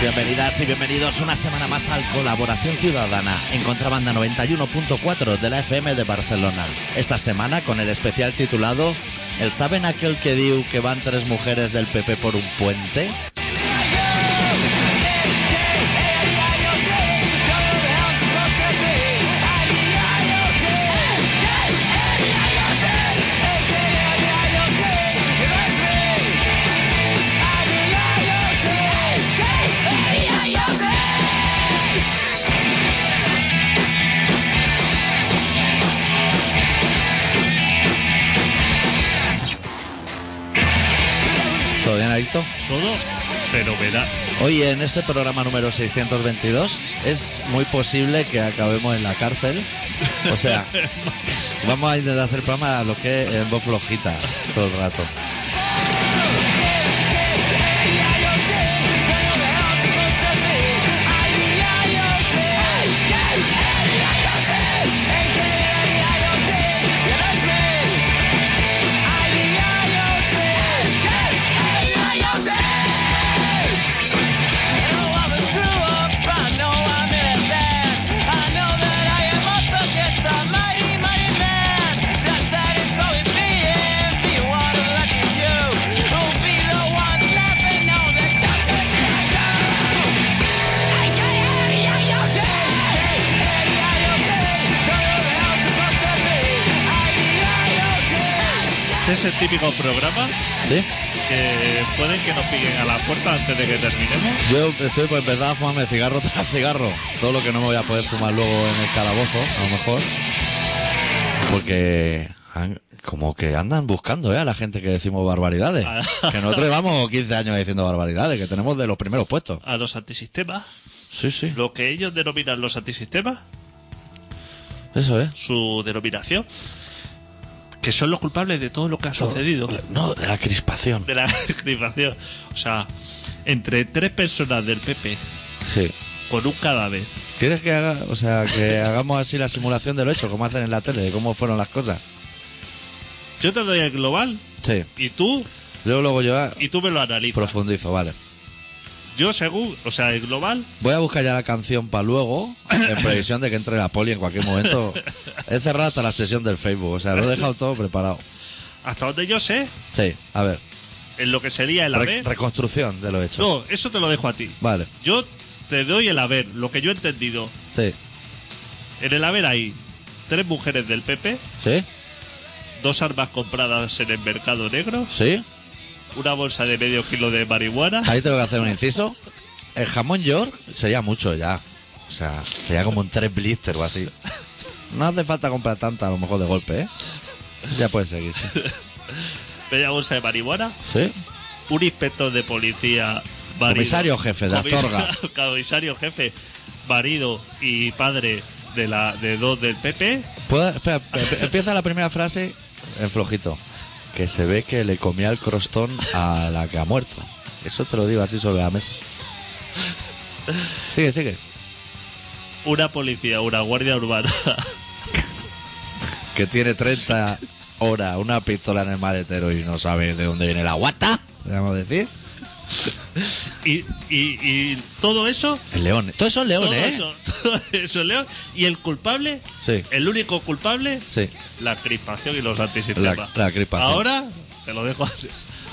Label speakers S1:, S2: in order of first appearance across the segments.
S1: Bienvenidas y bienvenidos una semana más al Colaboración Ciudadana en Contrabanda 91.4 de la FM de Barcelona. Esta semana con el especial titulado ¿El saben aquel que diu que van tres mujeres del PP por un puente? ¿Todo bien, Adicto?
S2: Todo fenomenal.
S1: Hoy en este programa número 622 es muy posible que acabemos en la cárcel. O sea, vamos a intentar hacer el programa a lo que es en voz flojita todo el rato.
S2: Este es el típico programa
S1: ¿Sí?
S2: que pueden que nos pillen a la puerta antes de que terminemos.
S1: Yo estoy por empezar a fumarme cigarro tras cigarro. Todo lo que no me voy a poder fumar luego en el calabozo, a lo mejor. Porque han- como que andan buscando ¿eh? a la gente que decimos barbaridades. Que nosotros llevamos 15 años diciendo barbaridades, que tenemos de los primeros puestos.
S2: A los antisistemas,
S1: Sí, sí.
S2: lo que ellos denominan los antisistemas,
S1: Eso ¿eh? es.
S2: su denominación, que son los culpables de todo lo que ha sucedido.
S1: No, de la crispación.
S2: De la crispación. O sea, entre tres personas del PP
S1: Sí.
S2: con un cadáver.
S1: ¿Quieres que haga, o sea, que hagamos así la simulación de lo hecho, como hacen en la tele, de cómo fueron las cosas?
S2: Yo te doy el global
S1: Sí.
S2: y tú,
S1: Luego, luego yo ah,
S2: y tú me lo analizas.
S1: profundizo, vale.
S2: Yo según, o sea, el global,
S1: Voy a buscar ya la canción para luego, en previsión de que entre la poli en cualquier momento. He cerrado hasta la sesión del Facebook, o sea, lo he dejado todo preparado.
S2: hasta donde yo sé,
S1: Sí, a ver.
S2: en lo que sería el
S1: re-
S2: haber.
S1: reconstrucción de lo hecho.
S2: No, eso te lo dejo a ti.
S1: Vale,
S2: Yo te doy el haber, lo que yo he entendido.
S1: sí.
S2: En el haber hay tres mujeres del PP,
S1: ¿Sí?
S2: dos armas compradas en el mercado negro,
S1: ¿Sí?
S2: una bolsa de medio kilo de marihuana.
S1: Ahí tengo que hacer un inciso. El jamón york sería mucho ya. O sea, sería como un tres blister o así. No hace falta comprar tanta a lo mejor de golpe, ¿eh? Ya puedes seguir, sí.
S2: Media bolsa de marihuana.
S1: ¿Sí?
S2: Un inspector de policía. marido-
S1: Comisario jefe de
S2: Comisa-
S1: Astorga.
S2: comisario jefe, marido y padre de, la, de dos del PP.
S1: ¿Puedo- espera, pe- pe- empieza la primera frase en flojito. Que se ve que le comía el crostón a la que ha muerto. Eso te lo digo así sobre la mesa. Sigue, sigue.
S2: Una policía, una guardia urbana.
S1: Que tiene 30 horas, una pistola en el maletero y no sabe de dónde viene la guata. Podríamos decir.
S2: Y, y- y todo eso.
S1: El león. Todo eso es león,
S2: Todo
S1: ¿eh?
S2: eso, todo eso, León. Y el culpable,
S1: Sí.
S2: el único culpable,
S1: Sí.
S2: la crispación y los antisistemas.
S1: La- la crispación.
S2: Ahora te lo dejo. así.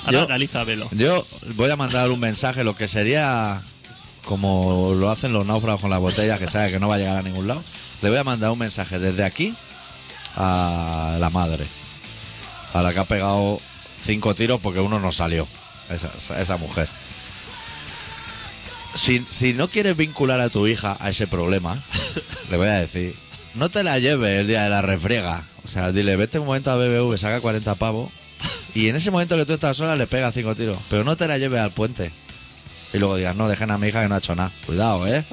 S2: Ahora
S1: Yo-
S2: analízamelo.
S1: Yo voy a mandar un mensaje, lo que sería como lo hacen los náufragos con las botellas, que sabe que no va a llegar a ningún lado. Le voy a mandar un mensaje desde aquí a la madre, a la que ha pegado cinco tiros porque uno no salió, esa, esa- esa mujer. Si, si no quieres vincular a tu hija a ese problema, le voy a decir, no te la lleves el día de la refriega. O sea, dile, vete un momento a BBV, saca 40 pavos. Y en ese momento que tú estás sola le pega cinco tiros. Pero no te la lleves al puente. Y luego digas, no, dejen a mi hija que no ha hecho nada. Cuidado, ¿eh?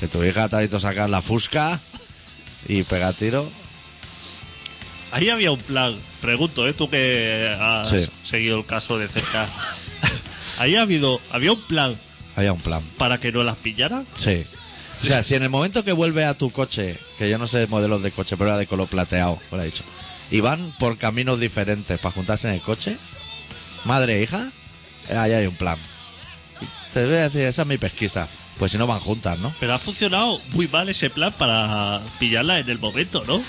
S1: que tu hija te ha visto sacar la fusca y pegar tiros.
S2: Ahí había un plan. Pregunto, ¿eh? Tú que has
S1: Sí.
S2: seguido el caso de cerca. Ahí ha habido, había un plan
S1: Había un plan.
S2: para que no las pillaran.
S1: Sí. O sea, si en el momento que vuelve a tu coche, que yo no sé modelos de coche, pero era de color plateado, hubiera dicho, y van por caminos diferentes para juntarse en el coche, madre e hija, eh, ahí hay un plan. Te voy a decir, esa es mi pesquisa. Pues si no van juntas, ¿no?
S2: Pero ha funcionado muy mal ese plan para pillarla en el momento, ¿no?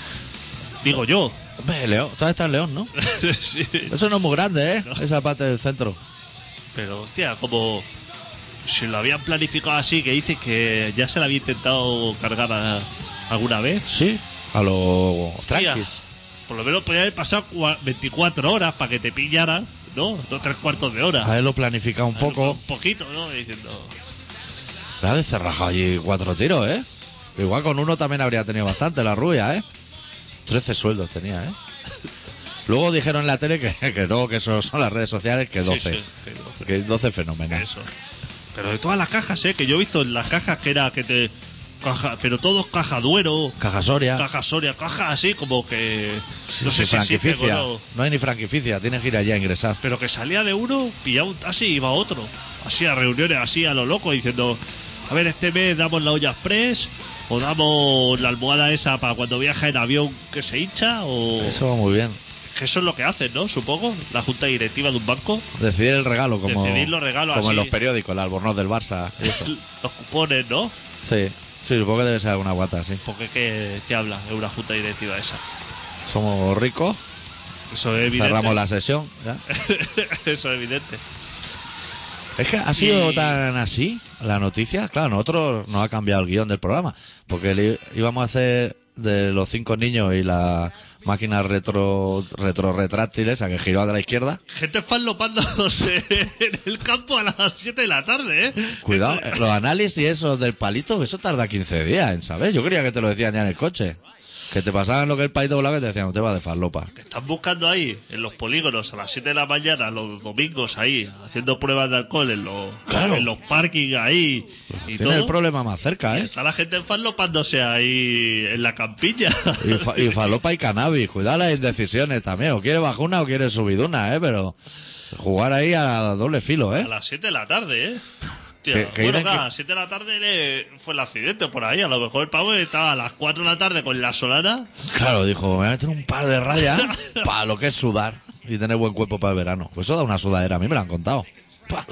S2: Digo yo.
S1: Hombre, León, tú has estado en León, ¿no?
S2: Sí.
S1: Eso no es muy grande, ¿eh? Esa parte del centro.
S2: Pero, hostia, como se lo habían planificado así, que dices que ya se la había intentado cargar a- alguna vez.
S1: Sí. A los
S2: Hostia,
S1: tranquis.
S2: por lo menos podía haber pasado cua- 24 horas para que te pillaran, ¿no? No tres cuartos de hora.
S1: A él lo planificado un poco.
S2: Un poquito, ¿no? Diciendo,
S1: La ha cerrajado allí cuatro tiros, ¿eh? Igual con uno también habría tenido bastante la rubia, ¿eh? Trece sueldos tenía, ¿eh? Luego dijeron en la tele que, que no, que eso son las redes sociales, que
S2: sí,
S1: 12.
S2: sí, sí, doce,
S1: Que 12 fenómenos.
S2: eso. Pero de todas las cajas, ¿eh? Que yo he visto en las cajas que era que te... Caja, pero todos caja duero,
S1: Cajasoria.
S2: caja soria, caja así como que... No
S1: Sí,
S2: sé si existe,
S1: franquicia.
S2: cono-
S1: No hay ni franquicia, tienes que ir allá a ingresar.
S2: Pero que salía de uno, pillaba un taxi y iba a otro. Así a reuniones, así a lo loco, diciendo: A ver, este mes damos la olla express, o damos la almohada esa para cuando viaja en avión que se hincha, o.
S1: Eso va muy bien.
S2: Que eso es lo que hacen, ¿no? Supongo, la junta directiva de un banco.
S1: Decidir el regalo, como,
S2: Decidir los regalos,
S1: como en
S2: así.
S1: los periódicos, el albornoz del Barça. y eso.
S2: Los cupones, ¿no?
S1: sí, sí, supongo que debe ser alguna guata, sí.
S2: Porque ¿qué, qué habla de una junta directiva esa?
S1: Somos ricos,
S2: Eso es evidente.
S1: cerramos la sesión. ¿ya?
S2: eso es evidente.
S1: Es que ha sido
S2: Y-
S1: tan así la noticia. Claro, nosotros nos ha cambiado el guión del programa. Porque le- íbamos a hacer de los cinco niños y la máquina retro, retro retráctil esa que giró a la izquierda.
S2: Gente fanlopándose en el campo a las 7 de la tarde, ¿eh?
S1: Cuidado, eh, los análisis esos del palito, eso tarda 15 días en saber. Yo creía que te lo decían ya en el coche. Que te pasaban lo que el palito volaba que te decían, usted va de farlopa.
S2: Que Están buscando ahí, en los polígonos, a las 7 de la mañana, los domingos ahí, haciendo pruebas de alcohol en los,
S1: Claro.
S2: en los parkings ahí. Y
S1: Tiene el
S2: todo.
S1: problema más cerca, ¿eh?
S2: Está la gente enfarlopándose ahí en la campiña.
S1: Y, fa- y falopa y cannabis, cuidado las indecisiones también. O quiere bajuna o quiere subiduna, ¿eh? Pero jugar ahí a doble filo,
S2: A
S1: ¿eh?
S2: las 7 de la tarde, ¿eh? Hostia,
S1: Que- que
S2: bueno,
S1: dicen
S2: claro,
S1: que-
S2: a las 7 de la tarde le- fue el accidente por ahí. A lo mejor el pavo estaba a las 4 de la tarde con la solana.
S1: Claro, dijo, me voy a meter un par de rayas para lo que es sudar y tener buen cuerpo para el verano. Pues eso da una sudadera, a mí me lo han contado. Pa,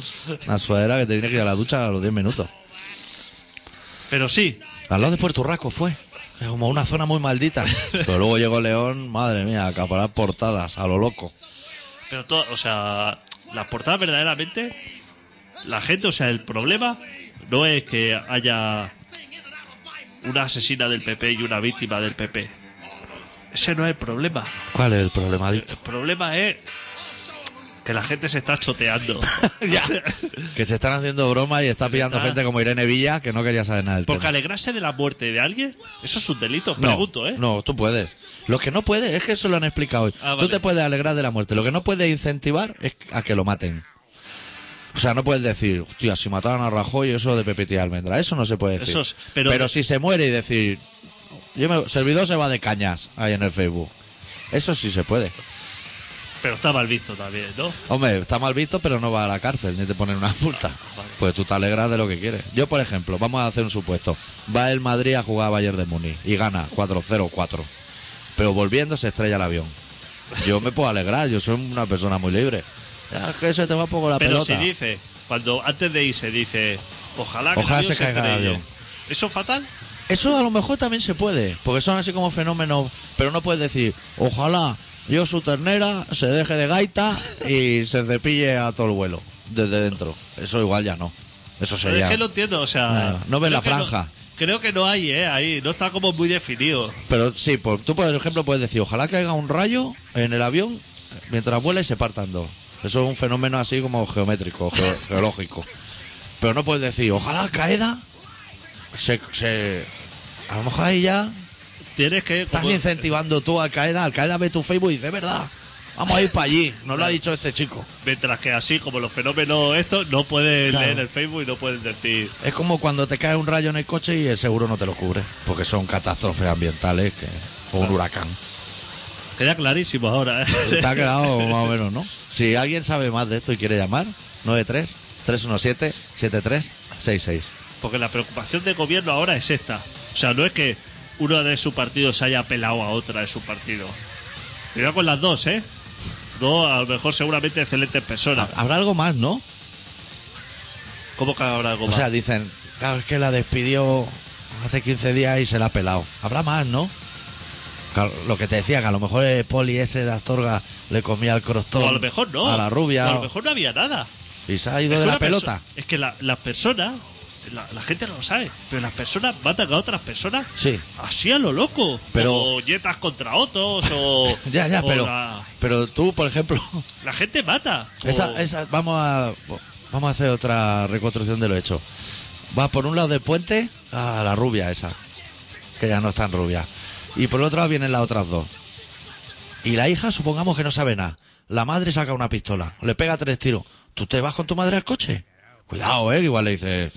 S1: Una sudadera que te tiene que ir a la ducha a los 10 minutos.
S2: Pero sí,
S1: Al lado de Puerto Rasco fue. Es como una zona muy maldita. Pero luego llegó León, madre mía, a acaparar portadas, a lo loco.
S2: Pero todo, o sea, las portadas verdaderamente, la gente, o sea, el problema no es que haya una asesina del PP y una víctima del PP. Ese no es el problema.
S1: ¿Cuál es el problema, Dito?
S2: El problema es que la gente se está choteando.
S1: Ya. Que se están haciendo bromas y está pillando
S2: está.
S1: gente como Irene Villa que no quería saber nada del
S2: Porque
S1: tema.
S2: alegrarse de la muerte de alguien, eso es un delito, os
S1: No,
S2: pregunto, ¿eh?
S1: no, tú puedes. Lo que no puedes, es que eso lo han explicado hoy.
S2: Ah,
S1: Tú
S2: vale.
S1: te puedes alegrar de la muerte. Lo que no puedes incentivar es a que lo maten. O sea, no puedes decir, hostia, si mataron a Rajoy, eso de Pepiti Almendra. Eso no se puede decir.
S2: Eso es- pero-
S1: si se muere y decir, yo me- servidor se va de cañas ahí en el Facebook. Eso sí se puede.
S2: Pero está mal visto también, ¿no?
S1: Hombre, está mal visto, pero no va a la cárcel ni te ponen una multa.
S2: vale.
S1: Pues tú te alegras de lo que quieres. Yo, por ejemplo, vamos a hacer un supuesto. Va el Madrid a jugar a Bayern de Múnich y gana 4-0-4. Pero volviendo se estrella el avión. Yo me puedo alegrar, yo soy una persona muy libre. Ya, es que se te va un poco la
S2: Pero
S1: pelota.
S2: si dice, cuando antes de irse dice, ojalá, que el
S1: Ojalá
S2: avión
S1: se caiga el
S2: estrelle".
S1: avión.
S2: ¿Eso es fatal?
S1: Eso a lo mejor también se puede, porque son así como fenómenos, pero no puedes decir, ojalá yo su ternera se deje de gaita y se cepille a todo el vuelo, desde dentro. Eso igual ya no. Eso
S2: Pero
S1: sería.
S2: es que no entiendo, o sea.
S1: No, no ves
S2: creo
S1: la
S2: que
S1: franja.
S2: creo que no hay, ¿eh? Ahí, no está como muy definido.
S1: Pero sí, por, tú por ejemplo puedes decir, ojalá caiga un rayo en el avión mientras vuela y se partan dos. Eso es un fenómeno así como geométrico, geo- geológico. Pero no puedes decir, ojalá caeda, se, se- A lo mejor ahí ya
S2: Tienes que.
S1: estás
S2: como-
S1: incentivando tú a Al Qaeda. Al Qaeda ve tu Facebook y dice, "Es verdad, vamos a ir para allí. Nos lo ha dicho este chico.
S2: Mientras que así, como los fenómenos estos, no pueden
S1: Claro.
S2: leer el Facebook y no pueden decir.
S1: Es como cuando te cae un rayo en el coche y el seguro no te lo cubre, porque son catástrofes ambientales que, o un huracán.
S2: Queda clarísimo ahora, ¿eh?
S1: Te ha quedado más o menos, ¿no? Si alguien sabe más de esto y quiere llamar, 93-317-7366.
S2: Porque la preocupación del gobierno ahora es esta. O sea, no es que uno de su partido se haya pelado a otra de su partido. Cuidado con las dos, ¿eh? Dos, a lo mejor, seguramente excelentes personas.
S1: Habrá algo más, ¿no?
S2: ¿Cómo que habrá algo
S1: O
S2: más?
S1: sea, dicen, claro, es que la despidió hace 15 días y se la ha pelado. Habrá más, ¿no? Claro, Lo que te decía, que a lo mejor el poli ese de Astorga le comía el crostón
S2: o a lo mejor no.
S1: a la
S2: O
S1: rubia
S2: a lo mejor no había nada.
S1: y se ha ido
S2: Es
S1: de
S2: que
S1: la
S2: una perso-
S1: pelota.
S2: Es que la- las personas, la, la gente no lo sabe, pero las personas matan a otras personas
S1: Sí.
S2: así a lo loco.
S1: Pero-
S2: Como yetas contra otros o.
S1: Ya, ya,
S2: o
S1: pero,
S2: La,
S1: pero tú, por ejemplo,
S2: la gente mata. o-
S1: esa, esa- vamos, a, vamos a hacer otra reconstrucción de los hechos. Vas por un lado del puente a la rubia esa, que ya no es tan rubia. Y por el otro lado vienen las otras dos. Y la hija, supongamos que no sabe nada. La madre saca una pistola, le pega tres tiros. ¿Tú te vas con tu madre al coche? Cuidado, ¿eh? que Igual le dices,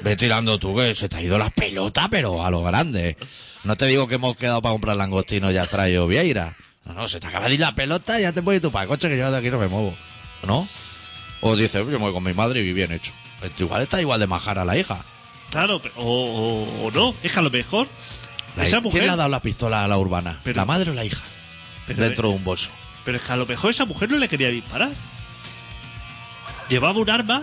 S1: ve tirando tú, que se te ha ido la pelota, pero a lo grande. No te digo que hemos quedado para comprar langostino ya trae o vieira. No, no, se te acaba de ir la pelota, ya te puedes ir tú para el coche, que yo de aquí no me muevo. ¿No? O dices, yo me voy con mi madre y bien hecho. Igual está igual de majara la hija.
S2: Claro, pero- o, o- o no. Es que a lo mejor
S1: La
S2: esa
S1: hi-
S2: mujer.
S1: ¿Quién le ha dado la pistola a la urbana?
S2: Pero-
S1: ¿La madre o la hija?
S2: Pero- eh,
S1: Dentro de un bolso.
S2: Pero es que a lo mejor esa mujer no le quería disparar. Llevaba un arma.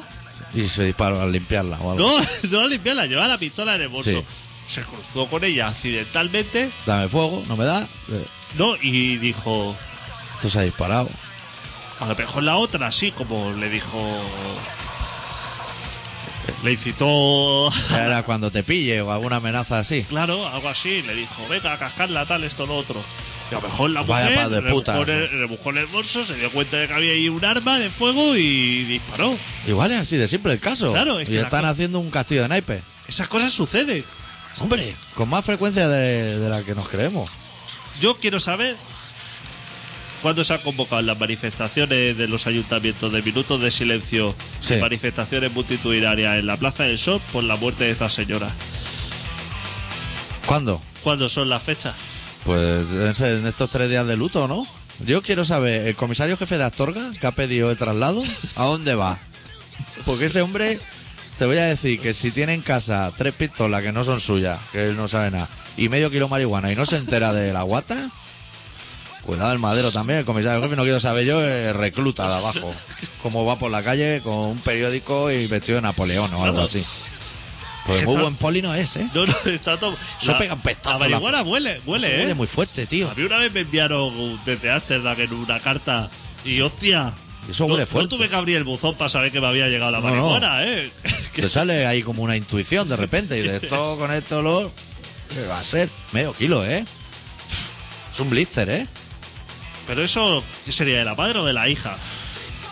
S1: Y se disparó al limpiarla o algo.
S2: No, no la limpiarla, llevaba la pistola en el bolso.
S1: Sí.
S2: Se cruzó con ella accidentalmente.
S1: Dame fuego, no me da. eh,
S2: No, y dijo.
S1: Esto se ha disparado.
S2: A lo mejor la otra, sí, como le dijo. Le incitó.
S1: Ya era cuando te pille o alguna amenaza así.
S2: Claro, algo así. Le dijo, venga, a cascarla, tal, esto, lo otro. Y a lo mejor la
S1: Vaya
S2: mujer
S1: par de
S2: rebuscó
S1: putas,
S2: en el- rebuscó en el bolso, se dio cuenta de que había ahí un arma de fuego y disparó.
S1: Igual es así de simple el caso.
S2: Claro, es
S1: y
S2: que la
S1: están
S2: co-
S1: haciendo un castillo de naipes.
S2: Esas cosas suceden.
S1: Hombre, con más frecuencia de, de la que nos creemos.
S2: Yo quiero saber cuándo se han convocado las manifestaciones de los ayuntamientos de minutos de silencio
S1: Sí.
S2: y manifestaciones multitudinarias en la Plaza del Sol por la muerte de esta señora.
S1: ¿Cuándo?
S2: ¿Cuándo son las fechas?
S1: Pues deben ser en estos tres días de luto, ¿no? Yo quiero saber, el comisario jefe de Astorga, que ha pedido el traslado, ¿a dónde va? Porque ese hombre, te voy a decir que si tiene en casa tres pistolas que no son suyas, que él no sabe nada, y medio kilo de marihuana y no se entera de la guata, cuidado el madero también, el comisario jefe, no quiero saber yo, eh, recluta de abajo, como va por la calle con un periódico y vestido de Napoleón o algo
S2: Claro.
S1: así. Pues
S2: que
S1: muy
S2: está-
S1: buen poli no es, ¿eh?
S2: No, no, está todo.
S1: Eso
S2: la-
S1: pega un pestazo,
S2: La marihuana
S1: la-
S2: huele, huele,
S1: Eso
S2: ¿eh?
S1: huele muy fuerte, tío.
S2: A mí una vez me enviaron desde Ámsterdam en una carta y hostia.
S1: Eso
S2: no-
S1: huele
S2: no
S1: fuerte.
S2: tuve que abrir el buzón para saber que me había llegado la
S1: No, no.
S2: marihuana, ¿eh? Que-
S1: Te sale ahí como una intuición de repente y de esto con este olor, ¿qué va a ser? Medio kilo, ¿eh? Es un blister, ¿eh?
S2: Pero eso, ¿qué sería? ¿De la madre o de la hija?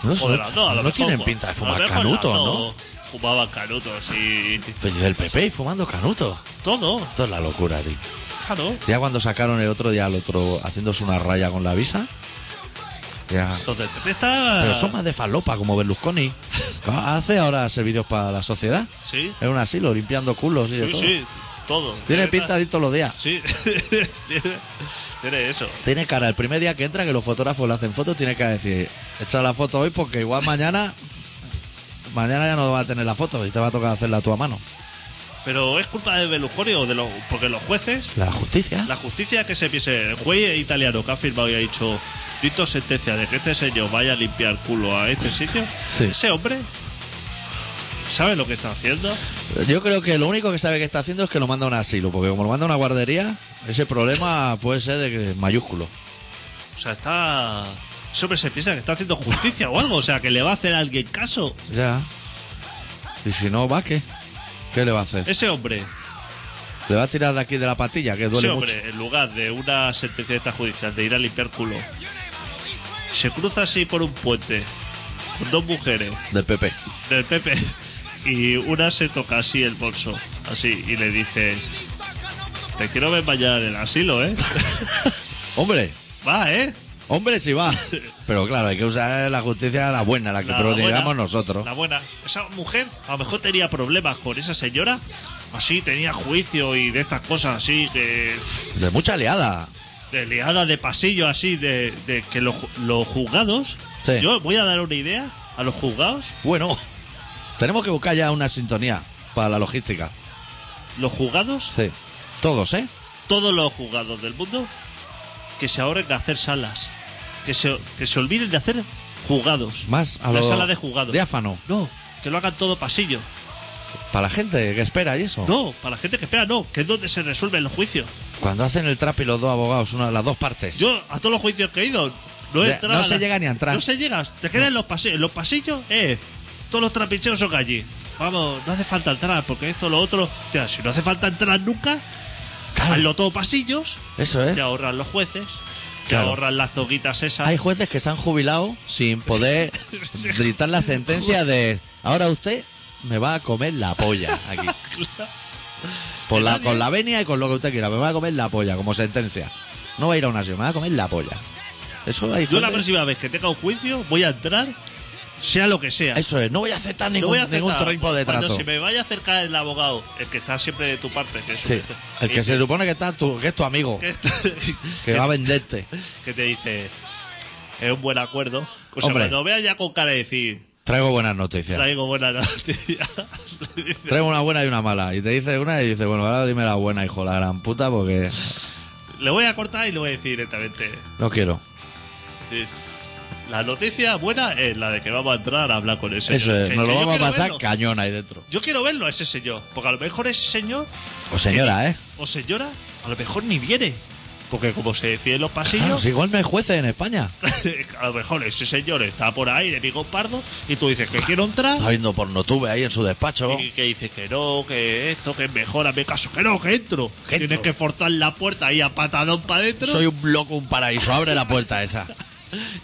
S1: No,
S2: O de las dos, a lo
S1: no
S2: mejor,
S1: tienen
S2: pues,
S1: pinta de
S2: a lo
S1: fumar
S2: mejor las
S1: canutos, ¿no?
S2: dos Fumaban canutos y
S1: Pues del PP y fumando canutos.
S2: todo,
S1: Esto es la locura, tío.
S2: claro.
S1: Ya cuando sacaron el otro día al otro haciéndose una raya con la visa. Ya.
S2: Entonces, el PP está...
S1: Pero son más de falopa como Berlusconi. Hace ahora servicios para la sociedad.
S2: Sí,
S1: Es un asilo, limpiando culos y de
S2: sí,
S1: todo.
S2: sí, todo.
S1: Tiene
S2: Verdad.
S1: pinta de ir todos los días.
S2: Sí, tiene, tiene eso.
S1: Tiene cara, el primer día que entra, que los fotógrafos le hacen fotos, tiene que decir, echa la foto hoy porque igual mañana, mañana ya no va a tener la foto y te va a tocar hacerla tú a mano.
S2: Pero es culpa de Berlusconi o de los... Porque los jueces
S1: La justicia.
S2: La justicia que se piense, el juez italiano que ha firmado y ha dicho, dicto sentencia de que este señor vaya a limpiar culo a este sitio,
S1: Sí.
S2: ese hombre sabe lo que está haciendo.
S1: Yo creo que lo único que sabe que está haciendo es que lo manda a un asilo, porque como lo manda a una guardería, ese problema puede ser de que- mayúsculo.
S2: O sea, está... Ese hombre se piensa que está haciendo justicia o algo, o sea, que le va a hacer a alguien caso.
S1: Ya. Y si no, va, ¿qué? ¿Qué le va a hacer?
S2: Ese hombre,
S1: ¿Le va a tirar de aquí de la patilla, que
S2: ese
S1: duele mucho?
S2: hombre, en lugar de una sentencia de esta judicial de ir a limpiar culo, se cruza así por un puente con dos mujeres
S1: Del PP.
S2: del Pepe y una se toca así el bolso, así, y le dice, te quiero ver mañana en el asilo, ¿eh?
S1: Hombre,
S2: Va, ¿eh?
S1: hombre, si va. Pero claro, hay que usar la justicia la buena, la que
S2: La
S1: prodigamos
S2: buena,
S1: nosotros.
S2: La buena. Esa mujer a lo mejor tenía problemas con esa señora, así, tenía juicio y de estas cosas así, que...
S1: De mucha aliada.
S2: de liada de pasillo así, de, de que los, los juzgados...
S1: Sí.
S2: Yo voy a dar una idea a los juzgados.
S1: Bueno, tenemos que buscar ya una sintonía para la logística.
S2: Los juzgados,
S1: Sí. Todos, ¿eh?
S2: todos los juzgados del mundo que se ahorren de hacer salas, que se, que se olviden de hacer juzgados.
S1: Más a
S2: la
S1: lo-
S2: sala de juzgados.
S1: Diáfano.
S2: No, que lo hagan todo pasillo.
S1: Para la gente que espera y eso.
S2: No, para la gente que espera, no, que es donde se resuelven los juicios.
S1: Cuando hacen el trap y los dos abogados, una, las dos partes.
S2: Yo a todos los juicios que he ido, no he
S1: Ya,
S2: entrado
S1: no
S2: a
S1: se llega ni a entrar.
S2: No se llega, te quedas en los pasillos. En los pasillos, eh, todos los trapicheos son allí. Vamos, no hace falta entrar, porque esto, lo otro. Hostia, si no hace falta entrar nunca, hazlo todo pasillos,
S1: Eso ¿eh? es.
S2: te ahorran los jueces, te
S1: Claro.
S2: ahorran las toguitas esas.
S1: Hay jueces que se han jubilado sin poder gritar la sentencia de ahora usted me va a comer la polla aquí. Por la- con la venia y con lo que usted quiera, me va a comer la polla como sentencia. No va a ir a una sesión, me va a comer la polla. Eso hay
S2: Yo la
S1: jueces-
S2: próxima vez que tenga un juicio, voy a entrar, sea lo que sea.
S1: Eso es, no voy a aceptar ningún,
S2: no voy a hacer
S1: ningún
S2: nada.
S1: tipo de
S2: Cuando
S1: trato.
S2: se me vaya a acercar el abogado, el que está siempre de tu parte, que es-
S1: Sí, el que se supone que, está tu- que es tu amigo,
S2: que está-
S1: que va a venderte.
S2: que te dice es un buen acuerdo. O sea,
S1: Hombre.
S2: cuando vea ya con cara de decir
S1: Traigo buenas noticias.
S2: traigo buena noticia. le dice,
S1: Traigo una buena y una mala. Y te dice una y dice, bueno, ahora dime la buena, hijo de la gran puta, porque
S2: le voy a cortar y le voy a decir directamente.
S1: no quiero.
S2: sí, La noticia buena es la de que vamos a entrar a hablar con ese
S1: Eso
S2: señor.
S1: es,
S2: Que-
S1: nos
S2: que
S1: lo
S2: yo
S1: vamos a
S2: quiero
S1: pasar
S2: verlo.
S1: cañón ahí dentro.
S2: Yo quiero verlo a ese señor, porque a lo mejor ese señor
S1: O señora, ¿eh?
S2: o señora a lo mejor ni viene. Porque como se decide en los
S1: Claro,
S2: pasillos,
S1: si igual no hay jueces en España.
S2: a lo mejor ese señor está por ahí de pico pardo y tú dices que quiero entrar
S1: Está viendo pornotube ahí en su despacho.
S2: Y que dice que no, que esto, que mejor, hazme caso, que no, que entro.
S1: Que
S2: Tienes
S1: entro.
S2: que forzar la puerta ahí a patadón para adentro.
S1: Soy un loco, un paraíso. Abre la puerta esa.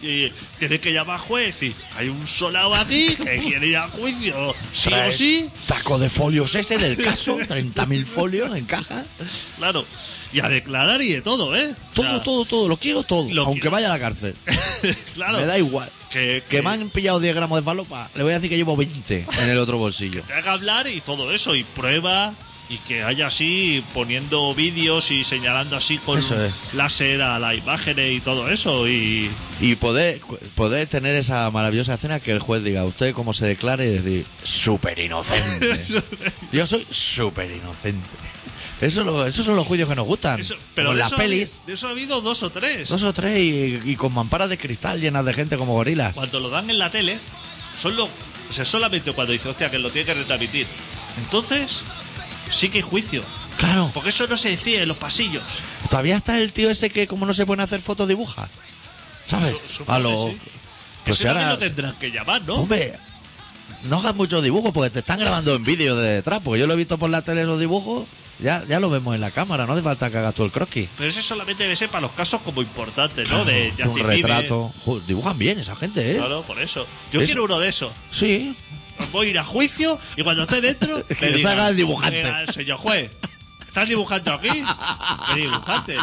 S2: Y tienes que llamar al juez y hay un solado aquí que quiere ir a juicio. Sí
S1: Trae
S2: o sí,
S1: Taco de folios ese del caso. 30.000 folios en caja.
S2: claro. Y a declarar y de todo, ¿eh? O
S1: Todo,
S2: sea,
S1: todo, todo. Lo quiero todo.
S2: Lo
S1: aunque
S2: quiero.
S1: vaya a la cárcel.
S2: claro.
S1: Me da igual.
S2: Que,
S1: Que me han pillado 10 gramos de falopa. Le voy a decir que llevo 20 en el otro bolsillo.
S2: te haga hablar y todo eso, y prueba. Y que haya así poniendo vídeos y señalando así con
S1: Eso
S2: un
S1: es.
S2: láser a las imágenes y todo eso. Y
S1: Y poder, poder tener esa maravillosa escena que el juez diga, usted cómo se declara y decir, súper inocente. Yo soy súper inocente. Eso lo- esos son los juicios que nos gustan.
S2: Eso- pero
S1: Con
S2: de
S1: las
S2: eso ha
S1: pelis,
S2: habido- de eso ha habido dos o tres.
S1: dos o tres y, y con mamparas de cristal llenas de gente como gorilas.
S2: Cuando lo dan en la tele, son los. O sea, solamente cuando dice, hostia, que lo tiene que retransmitir. Entonces, sí que hay juicio.
S1: Claro.
S2: Porque eso no se decía en los pasillos.
S1: Todavía está el tío ese que como no se pueden hacer fotos dibuja. ¿Sabes?
S2: Su- supongo
S1: A lo...
S2: que sí.
S1: Pues
S2: Eso
S1: si
S2: también
S1: ahora...
S2: lo tendrán que llamar, ¿no?
S1: Hombre, no hagas muchos dibujos porque te están grabando en vídeo de detrás. Porque yo lo he visto por la tele los dibujos. Ya, ya lo vemos en la cámara, no hace falta que hagas tú el croquis.
S2: Pero ese solamente debe ser para los casos como importantes, ¿no?
S1: Claro,
S2: De
S1: hace un
S2: Justin Bieber.
S1: retrato. Jo, dibujan bien esa gente, ¿eh?
S2: Claro, por eso. Yo
S1: Eso-
S2: quiero uno de esos.
S1: Sí,
S2: Voy a ir a juicio y cuando esté dentro.
S1: Que
S2: le
S1: salga
S2: diga,
S1: el dibujante.
S2: le diga, señor juez, ¿estás dibujando aquí? ¿Qué dibujante?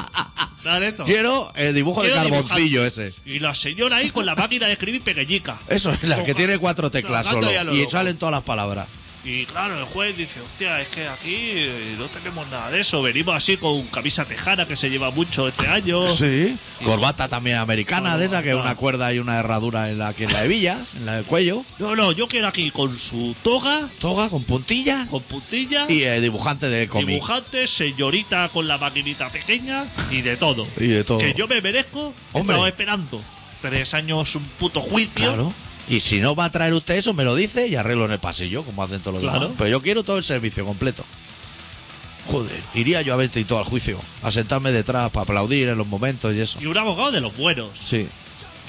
S2: Dale esto.
S1: Quiero el dibujo
S2: Quiero
S1: de carboncillo
S2: dibujar.
S1: ese.
S2: Y la señora ahí con la máquina de escribir pequeñica.
S1: Eso es la que
S2: Ojalá.
S1: tiene cuatro teclas
S2: Trabajando
S1: solo.
S2: ya lo
S1: Y
S2: loco.
S1: salen todas las palabras.
S2: Y claro, el juez dice, hostia, es que aquí eh, no tenemos nada de eso. Venimos así con camisa tejana que se lleva mucho este año.
S1: Sí. Corbata también americana,
S2: Bueno,
S1: de esa que
S2: claro.
S1: una cuerda y una herradura en la, aquí en la hebilla, en la del cuello.
S2: No, no, yo quiero aquí con su toga,
S1: Toga con puntilla.
S2: con puntilla,
S1: Y el dibujante de cómic.
S2: dibujante, señorita con la maquinita pequeña y de todo.
S1: Y de todo.
S2: Que yo me merezco, he
S1: Hombre.
S2: estado esperando tres años un puto juicio.
S1: Claro. Y si no va a traer usted eso, me lo dice y arreglo en el pasillo, como hacen todos los
S2: Claro.
S1: demás. Pero yo quiero todo el servicio completo. Joder, iría yo a verte y todo al juicio, a sentarme detrás para aplaudir en los momentos y eso.
S2: Y un abogado de los buenos.
S1: Sí.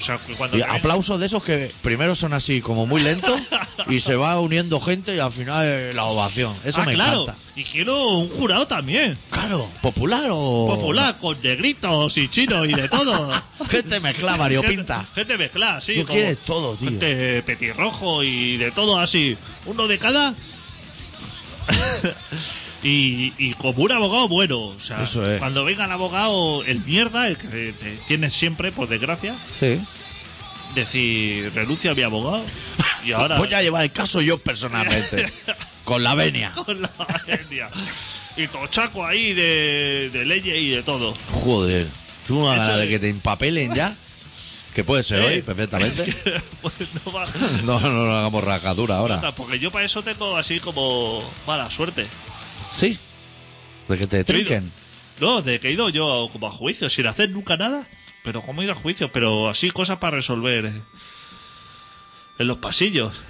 S2: O sea, que cuando
S1: Y
S2: te ven-
S1: aplausos de esos que primero son así como muy lentos y se va uniendo gente y al final eh, la ovación. Eso
S2: Ah,
S1: me
S2: claro.
S1: encanta.
S2: Y quiero un jurado también.
S1: Claro, popular o
S2: Popular, con negritos y chinos y de todo.
S1: gente mezcla Mario
S2: Gente-
S1: Pinta.
S2: Gente mezclada, sí.
S1: Tú
S2: como
S1: quieres todo, tío.
S2: Gente petirrojo y de todo así. Uno de cada. y, y como un abogado bueno. O sea,
S1: Eso es.
S2: cuando venga el abogado, el mierda, el que te tienes siempre, por desgracia,
S1: Sí.
S2: decir, renuncio a mi abogado. Y ahora.
S1: Voy a llevar el caso yo personalmente con la venia.
S2: con la venia. Y tochaco ahí de, de leyes y de todo.
S1: Joder, tú una
S2: Eso
S1: gana de
S2: es.
S1: que te empapelen ya. Que puede ser
S2: Eh.
S1: hoy, perfectamente.
S2: Pues no va-
S1: No, no, no hagamos rajadura ahora.
S2: Porque yo para eso tengo así como mala suerte.
S1: Sí. De que te
S2: Yo he ido-
S1: trinquen.
S2: No, de que he ido yo como a juicio, sin hacer nunca nada. Pero como he ido a juicio, pero así cosas para resolver eh, en los pasillos.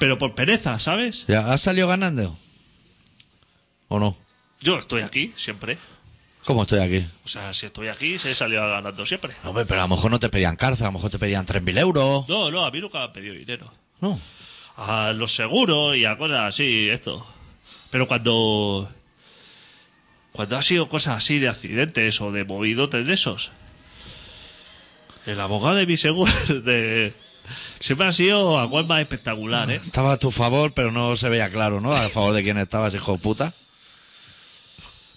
S2: Pero por pereza, ¿sabes?
S1: ¿Ya ¿Has salido ganando? ¿O no?
S2: Yo estoy aquí siempre.
S1: ¿Cómo estoy aquí?
S2: O sea, si estoy aquí, se he salido ganando siempre.
S1: No, Hombre, pero a lo mejor no te pedían cárcel, a lo mejor te pedían 3.000 euros.
S2: No, no, a mí nunca me han pedido dinero.
S1: No.
S2: A los seguros y a cosas así, esto. Pero cuando. Cuando ha sido cosas así de accidentes o de movidotes de esos. El abogado de mi seguro. De, siempre ha sido a cual más espectacular, ¿eh?
S1: Estaba a tu favor, pero no se veía claro, ¿no? A favor de quién estabas, hijo de puta.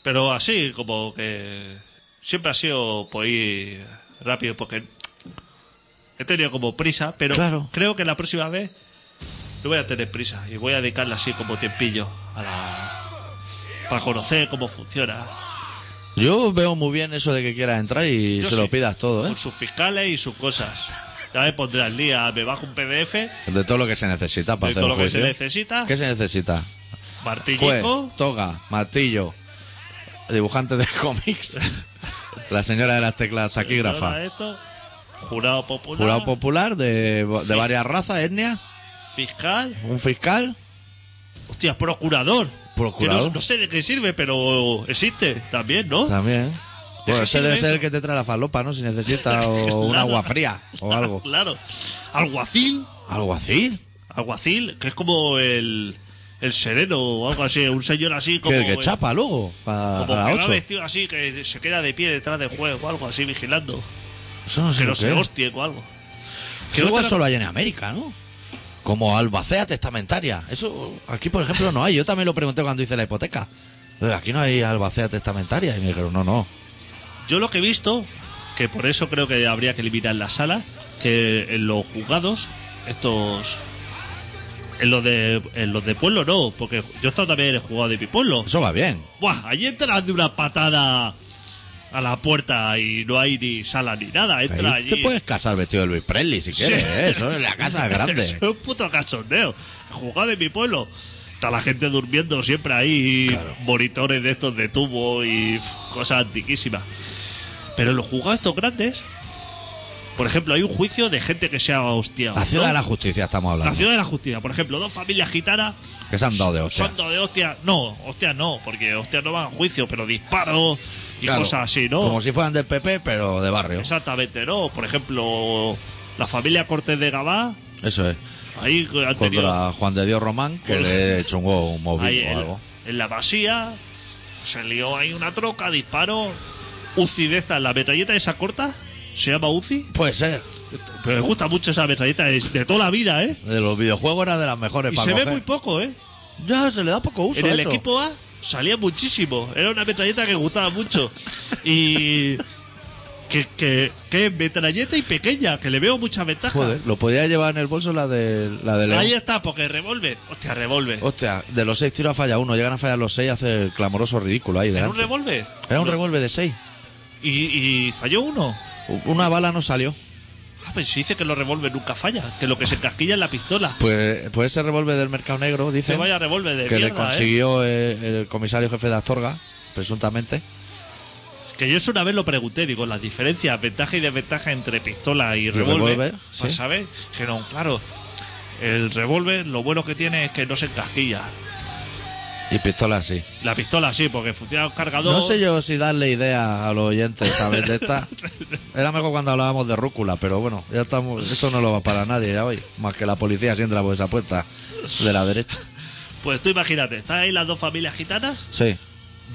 S2: Pero así, como que siempre ha sido por ir rápido, porque he tenido como prisa, pero
S1: Claro.
S2: creo que la próxima vez no voy a tener prisa y voy a dedicarle así como tiempillo a la... para conocer cómo funciona.
S1: Yo veo muy bien eso de que quieras entrar y
S2: Yo
S1: se
S2: sí. Pues
S1: lo pidas todo, ¿eh?
S2: Con sus fiscales y sus cosas. Ya me pondré al día, me bajo un PDF de
S1: De todo lo que se necesita para hacer
S2: todo
S1: un
S2: lo que se
S1: juicio.
S2: necesita,
S1: ¿Qué se necesita? Juez,
S2: martillico,
S1: toga, martillo, dibujante de cómics, la señora de las teclas taquígrafa,
S2: esto, jurado popular,
S1: jurado popular de, de varias razas, etnias,
S2: fiscal,
S1: un fiscal.
S2: Hostia, procurador.
S1: Procurador.
S2: Que no, no sé de qué sirve, pero existe también, ¿no?
S1: También.
S2: que
S1: Bueno, ese
S2: Oh. sirve
S1: debe
S2: eso?
S1: ser el que te trae la falopa, ¿no? Si necesita o un
S2: Claro.
S1: agua fría o algo.
S2: Claro. Alguacil.
S1: ¿Algo así?
S2: Alguacil, que es como el, el sereno o algo así. Un señor así como.
S1: Que el que
S2: el-
S1: chapa luego, pa-
S2: Como
S1: a
S2: que
S1: las
S2: va
S1: 8.
S2: vestido así, que se queda de pie detrás del juez o algo así, vigilando.
S1: Eso no sé
S2: Que
S1: lo
S2: no se
S1: que es.
S2: hostie o algo.
S1: Eso igual
S2: otra-
S1: solo hay en América, ¿no? Como albacea testamentaria. Eso aquí, por ejemplo, no hay. Yo también lo pregunté cuando hice la hipoteca. Eh, Aquí no hay albacea testamentaria. Y me dijeron, no, no.
S2: Yo lo que he visto, que por eso creo que habría que eliminar la sala, que en los juzgados, estos. En los de, en los de pueblo no, porque yo he estado también en el juzgado de mi pueblo.
S1: Eso va bien.
S2: Buah, allí entran de una patada a la puerta y no hay ni sala ni nada.
S1: Ahí
S2: Entra allí.
S1: te puedes casar vestido de Luis Presley si
S2: Sí.
S1: quieres. ¿eh? Eso es la casa
S2: Eso
S1: grande.
S2: es un puto cachondeo. Jugado en mi pueblo. Está la gente durmiendo siempre ahí,
S1: Claro.
S2: monitores de estos de tubo y cosas antiquísimas. Pero en los juzgados estos grandes, por ejemplo, hay un juicio de gente que se ha hostiado.
S1: La ciudad
S2: ¿no?
S1: de la justicia estamos
S2: La
S1: hablando.
S2: ciudad de la justicia, por ejemplo, dos familias gitanas
S1: Que se han dado de hostia.
S2: Santo de hostia. No, hostia no, porque hostia no van a juicio, pero disparos y
S1: Claro,
S2: cosas así, ¿no?
S1: Como si fueran del PP, pero de barrio.
S2: Exactamente, ¿no? Por ejemplo, la familia Cortés de Gabá,
S1: Eso es.
S2: ahí han tenido.
S1: Contra Juan de Dios Román, que
S2: Contra-
S1: le chungó un
S2: ahí
S1: móvil o
S2: en,
S1: algo.
S2: en la masía, se lió ahí una troca, disparo. UCI de esta, la metralleta esa corta, se llama UCI.
S1: Puede ser.
S2: Pero me gusta mucho esa metralleta, es de toda la vida, ¿eh?
S1: De los videojuegos era de las mejores
S2: Y
S1: para
S2: se ve
S1: coger.
S2: muy poco, ¿eh?
S1: Ya, se le da poco uso
S2: En el
S1: eso.
S2: equipo A salía muchísimo. Era una metralleta que gustaba mucho. Y. Que, que, que es metralleta y pequeña, que le veo mucha ventaja.
S1: Joder, lo podía llevar en el bolso la de la de León.
S2: Ahí está, porque revuelve. Hostia, revuelve.
S1: Hostia, de los seis tiros ha fallado uno, llegan a fallar los seis, hace el clamoroso ridículo ahí
S2: Era un
S1: delante.
S2: revólver.
S1: Era un revólver de seis.
S2: Y, y falló uno.
S1: U- Una bala no salió.
S2: Ah, pero si dice que los revólveres nunca fallan, que lo que se casquilla es la pistola.
S1: Pues, pues ese revólver del mercado negro,
S2: Que
S1: dice,
S2: vaya revólver de
S1: que le
S2: mierda, ¿eh?
S1: consiguió eh, el comisario jefe de Astorga, presuntamente.
S2: Que yo eso una vez lo pregunté, digo, las diferencias, ventaja y desventaja entre pistola y revólver.
S1: revólver,
S2: Pues,
S1: sí.
S2: ¿Sabes? Que no, claro. El revólver lo bueno que tiene es que no se encasquilla.
S1: Y pistola sí.
S2: La pistola sí, porque funciona el cargador.
S1: No sé yo si darle idea a los oyentes esta vez de esta. Era mejor cuando hablábamos de rúcula, pero bueno, ya estamos. Esto no lo va para nadie, ya hoy. Más que la policía si entra por esa puerta de la derecha.
S2: Pues tú imagínate, están ahí las dos familias gitanas,
S1: Sí.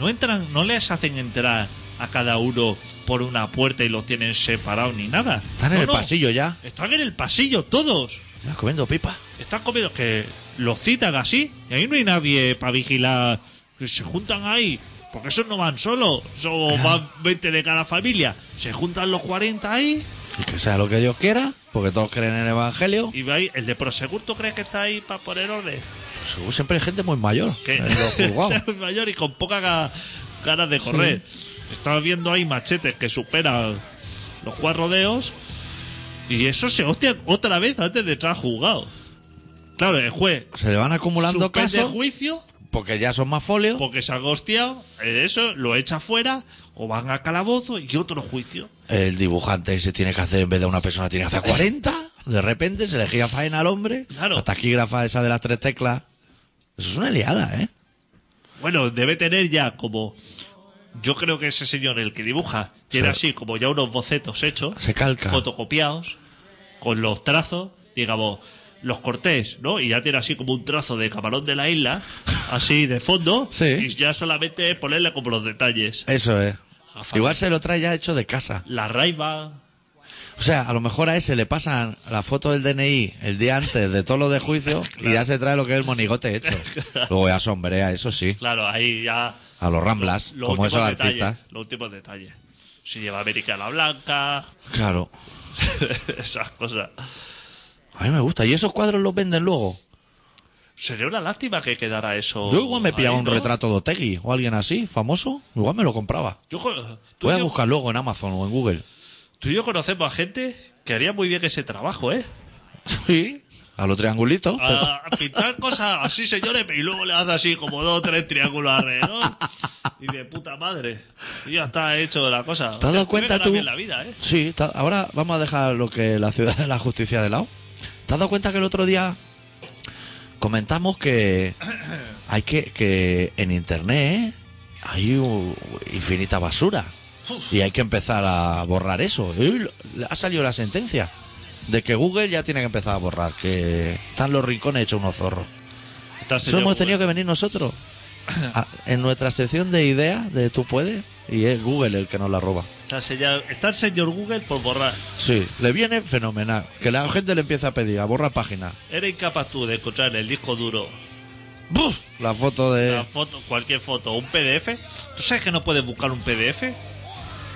S2: no entran, no les hacen entrar a cada uno por una puerta y los tienen separados ni nada.
S1: Están en
S2: No,
S1: el
S2: no,
S1: pasillo ya.
S2: Están en el pasillo todos.
S1: Ya, comiendo pipa.
S2: Están comiendo que los citan así y ahí no hay nadie para vigilar. Que se juntan ahí, porque esos no van solos, son van 20 de cada familia. Se juntan los 40 ahí
S1: Y que sea lo que Dios quiera, porque todos creen en el Evangelio.
S2: y veis, el de Prosegur, ¿tú crees que está ahí para poner orden?
S1: Seguro siempre hay gente muy mayor
S2: que
S1: en los juzgados.
S2: es mayor y con pocas ga- ganas de correr. Estás viendo ahí machetes que superan los cuarrodeos y eso se hostia otra vez antes de entrar juzgado. Claro, el juez
S1: Se le van acumulando
S2: suspende el
S1: casos
S2: juicio
S1: porque ya son más folios.
S2: porque se ha hostiado, eh, eso lo echa fuera o van a calabozo y otro juicio.
S1: El dibujante se tiene que hacer, en vez de una persona, tiene que hacer 40. De repente se le gira faena al hombre.
S2: Claro.
S1: La taquígrafa esa de las tres teclas. Eso es una liada, ¿eh?
S2: Bueno, debe tener ya como. Yo creo que ese señor, el que dibuja, tiene
S1: Sí.
S2: así como ya unos bocetos hechos,
S1: Se calca.
S2: fotocopiados, con los trazos, digamos, los cortés, ¿no? Y ya tiene así como un trazo de camarón de la isla, así de fondo,
S1: Sí.
S2: y ya solamente es ponerle como los detalles.
S1: Eso es.
S2: Gafa.
S1: Igual se lo trae ya hecho de casa.
S2: La raiva,
S1: O sea, a lo mejor a ese le pasan la foto del DNI el día antes de todo lo de juicio y ya se trae lo que es el monigote hecho. Luego ya sombrea, eso sí.
S2: claro, ahí ya.
S1: A los Ramblas,
S2: los
S1: como
S2: últimos
S1: esos
S2: detalles,
S1: artistas.
S2: Los últimos detalles. Si lleva americana blanca,
S1: Claro.
S2: esas cosas.
S1: A mí me gusta. ¿Y esos cuadros los venden luego?
S2: Sería una lástima que quedara eso.
S1: Yo igual me
S2: Oh, ahí,
S1: pillaba un
S2: ¿no?
S1: retrato de Otegui o alguien así, famoso. Igual me lo compraba.
S2: Yo co- tú,
S1: Voy
S2: y
S1: a
S2: yo,
S1: buscar luego en Amazon o en Google.
S2: tú y yo conocemos a gente que haría muy bien ese trabajo, ¿eh?
S1: Sí. A los triangulitos.
S2: A, a pintar cosas así, señores, y luego le hace así como dos o tres triángulos alrededor. Y de puta madre. Y ya está hecho la cosa.
S1: ¿Te has dado
S2: Tiene
S1: cuenta
S2: ganas
S1: tú?
S2: bien la vida, ¿eh?
S1: Sí, ta- ahora vamos a dejar lo que la ciudad de la justicia de lado. ¿Te has dado cuenta que el otro día comentamos que hay que, que en internet hay u- infinita basura y hay que empezar a borrar eso? Y lo- ha salido la sentencia de que Google ya tiene que empezar a borrar, que están los rincones hechos unos zorros.
S2: Está el
S1: Eso
S2: señor
S1: hemos
S2: Google.
S1: tenido que venir nosotros a- en nuestra sección de ideas de tú puedes y es Google el que nos la roba.
S2: Está el señor- está el señor Google por borrar.
S1: Sí, le viene fenomenal. Que la gente le empieza a pedir, a borrar páginas.
S2: Era incapaz tú de encontrar en el disco duro
S1: ¡Buf! La foto de.
S2: una foto, cualquier foto, un PDF. ¿Tú sabes que no puedes buscar un PDF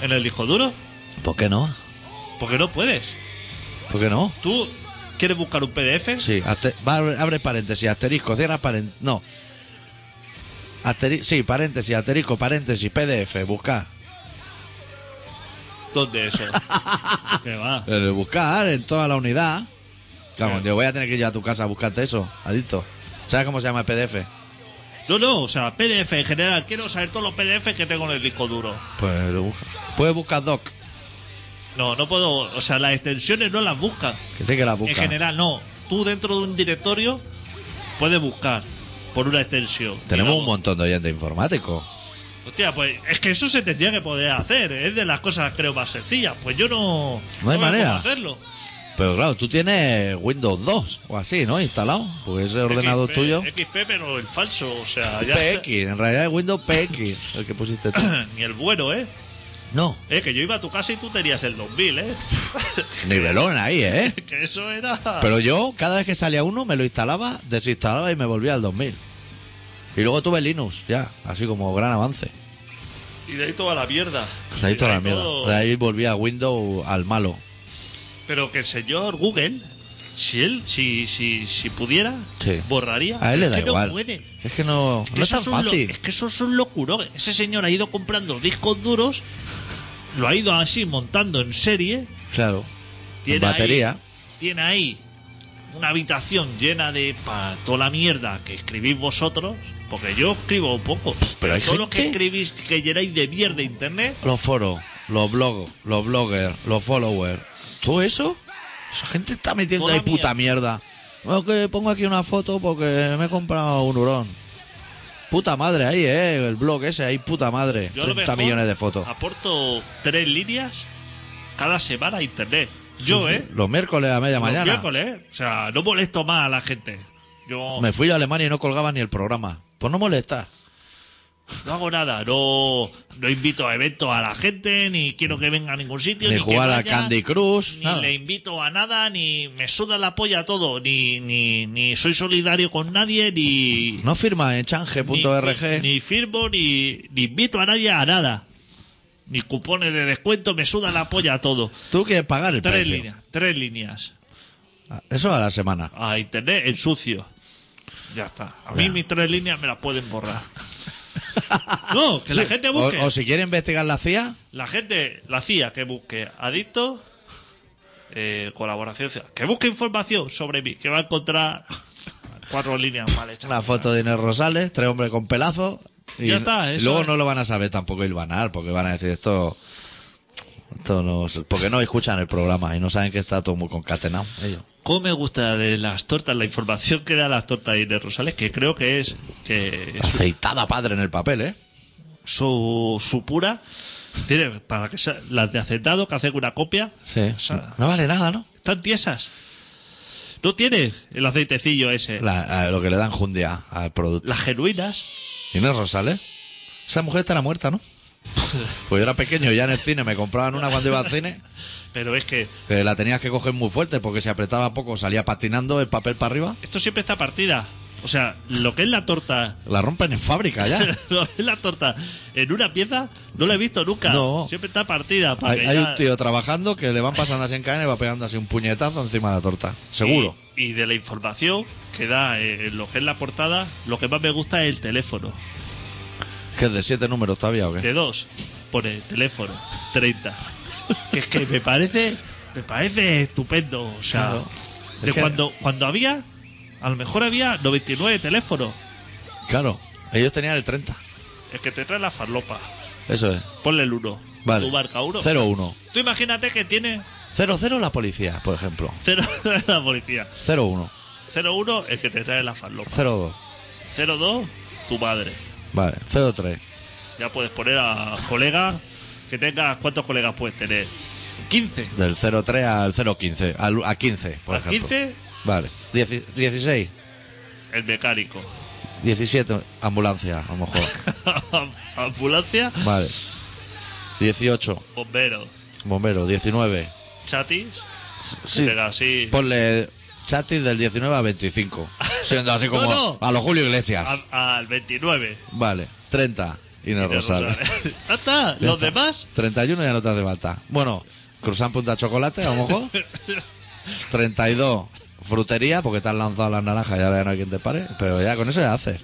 S2: en el disco duro?
S1: ¿Por qué no?
S2: Porque no puedes.
S1: ¿Por qué no?
S2: ¿Tú quieres buscar un PDF?
S1: Sí, aste- va, abre, abre paréntesis, asterisco, cierra paréntesis. No. Asteri- sí, paréntesis, asterisco, paréntesis, PDF, buscar.
S2: ¿Dónde eso? ¿Qué va?
S1: En el buscar, en toda la unidad. Claro,
S2: Claro.
S1: yo voy a tener que ir yo a tu casa a buscarte eso, adicto. ¿Sabes cómo se llama el PDF?
S2: No, no, o sea, PDF en general. Quiero saber todos los PDF que tengo en el disco duro.
S1: Pues lo busca. Puedes buscar doc,
S2: No, no puedo. O sea, las extensiones no las buscan.
S1: que sé que la
S2: En
S1: busca.
S2: general, no. Tú dentro de un directorio puedes buscar por una extensión.
S1: Tenemos un
S2: digamos.
S1: montón de oyentes informáticos.
S2: Hostia, pues es que eso se tendría que poder hacer. Es de las cosas, creo, más sencillas. Pues yo no.
S1: No hay
S2: veo
S1: manera.
S2: cómo hacerlo.
S1: Pero claro, tú tienes Windows 2 o así, ¿no? Instalado, porque ese ordenador
S2: XP,
S1: tuyo.
S2: XP, pero el falso. O sea, ya.
S1: PX, en realidad es Windows PX, el que pusiste tú.
S2: Ni el bueno, ¿eh?
S1: No,
S2: ¿eh? Que yo iba a tu casa y tú tenías el 2000, ¿eh?
S1: nivelón ahí, ¿eh?
S2: que eso era.
S1: Pero yo, cada vez que salía uno, me lo instalaba, desinstalaba y me volvía al 2000. Y luego tuve Linux, ya, así como gran avance.
S2: Y de ahí toda la mierda.
S1: De ahí
S2: Y
S1: toda la mierda.
S2: todo-
S1: De ahí volví a Windows al malo.
S2: Pero que el señor Google, si él, si, si, si pudiera,
S1: Sí.
S2: borraría.
S1: A él le
S2: Es
S1: da
S2: que no
S1: igual.
S2: puede.
S1: Es que no,
S2: Que
S1: no es
S2: eso
S1: tan
S2: un lo-
S1: fácil.
S2: es que eso es un locuro. Ese señor ha ido comprando discos duros, lo ha ido así montando en serie.
S1: Claro.
S2: Tiene
S1: en batería.
S2: Ahí, tiene ahí una habitación llena de para toda la mierda que escribís vosotros. Porque yo escribo poco.
S1: pero hay
S2: Todo lo que
S1: gente-
S2: escribís que llenáis de mierda internet.
S1: los foros, los blogs, los bloggers, los followers, todo eso, esa gente está metiendo
S2: Toda
S1: ahí puta mierda. Bueno, que pongo aquí una foto porque me he comprado un hurón. Puta madre ahí, eh, el blog ese, ahí puta madre.
S2: Yo a lo
S1: 30
S2: mejor
S1: millones de fotos.
S2: Aporto tres líneas cada semana a internet. Yo, ¿eh?
S1: Los miércoles a media
S2: Los
S1: mañana.
S2: miércoles, ¿eh? O sea, no molesto más a la gente. Yo
S1: Me fui a Alemania y no colgaba ni el programa. Pues no molestas.
S2: no hago nada, no, no invito a eventos a la gente, ni quiero que venga a ningún sitio.
S1: Ni
S2: que
S1: jugar a
S2: vaya,
S1: Candy Crush,
S2: Ni
S1: nada.
S2: le invito a nada, ni me suda la polla todo, ni, ni, ni soy solidario con nadie, ni...
S1: No firma en
S2: ni-
S1: change.org.
S2: Ni, firmo, ni, ni invito a nadie a nada. Ni cupones de descuento, me suda la polla todo.
S1: Tú quieres pagar el
S2: Tres
S1: precio. Ah,
S2: líneas, tres líneas.
S1: Eso a la semana.
S2: A internet en sucio. Ya está. A mí mis tres líneas me las pueden borrar. No, que la
S1: Sí.
S2: gente
S1: O-
S2: busque.
S1: o si quiere investigar la CIA,
S2: La gente, la CIA, que busque adicto, eh, colaboración, ciudadana. que busque información sobre mí, que va a encontrar cuatro líneas mal hechas.
S1: Una foto de Inés Rosales, tres hombres con pelazo. Y,
S2: Ya está,
S1: y
S2: eso
S1: luego
S2: es.
S1: no lo van a saber tampoco hilvanar, porque van a decir esto. Esto no, porque no escuchan el programa y no saben que está todo muy concatenado ellos.
S2: ¿Cómo me gusta de las tortas, la información que da las tortas Inés Rosales? Que creo que es que es
S1: Aceitada padre en el papel, ¿eh?
S2: su, su pura. Tiene para que sea- las de acetado, que hacen una copia.
S1: Sí.
S2: O sea,
S1: No vale nada, ¿no?
S2: Están tiesas. No tiene el aceitecillo ese.
S1: La- a lo que le dan jundia al producto.
S2: Las genuinas.
S1: Inés Rosales. Esa mujer estará muerta, ¿no? Pues yo era pequeño, ya en el cine me compraban una cuando iba al cine.
S2: Pero es que
S1: Que la tenías que coger muy fuerte porque si apretaba poco salía patinando el papel para arriba.
S2: esto siempre está partida. O sea, lo que es la torta.
S1: La rompen en fábrica ya.
S2: lo que es la torta en una pieza no la he visto nunca.
S1: No.
S2: Siempre está partida. para
S1: Hay,
S2: que
S1: hay
S2: ya-
S1: un tío trabajando que le van pasando así en cadena y va pegando así un puñetazo encima de la torta. Seguro.
S2: Y, y de la información que da eh, en lo que es la portada, lo que más me gusta es el teléfono.
S1: Que es de siete números todavía, ¿o qué?
S2: De dos, pone teléfono, 30. Que es que me parece, me parece estupendo. O sea,
S1: Claro.
S2: de
S1: Es que-
S2: cuando, cuando había, a lo mejor había 99 teléfonos.
S1: Claro. Ellos tenían el 30.
S2: El que te trae la farlopa.
S1: Eso es.
S2: Ponle el 1.
S1: Vale.
S2: Tú marca 1.
S1: 0-1.
S2: Tú imagínate que tiene
S1: 0-0 la policía, por ejemplo.
S2: 0 la policía.
S1: 0-1.
S2: 01 el que te trae la farlopa.
S1: 0-2.
S2: 02 tu madre.
S1: Vale. 0-3.
S2: Ya puedes poner a colegas que tengas. ¿Cuántos colegas puedes tener? 15.
S1: Del 0-3 al 0-15. al- A 15, por
S2: A
S1: ejemplo.
S2: 15
S1: Vale. Dieci- 16.
S2: el mecánico.
S1: 17. Ambulancia, a lo mejor.
S2: Ambulancia,
S1: Vale. 18.
S2: bombero,
S1: Bombero. 19.
S2: chatis.
S1: Sí. Pues-
S2: Venga, sí.
S1: Ponle chatis del 19 al 25. Siendo así como
S2: No, no.
S1: a los Julio Iglesias.
S2: A- al 29.
S1: Vale. 30. Inés Rosales.
S2: Ya está.
S1: Ya
S2: Los
S1: está.
S2: demás,
S1: 31 ya no te hace falta. Bueno, cruzan punta chocolate, a lo mejor. 32, frutería, porque te han lanzado las naranjas y ahora ya no hay quien te pare. Pero ya con eso ya haces.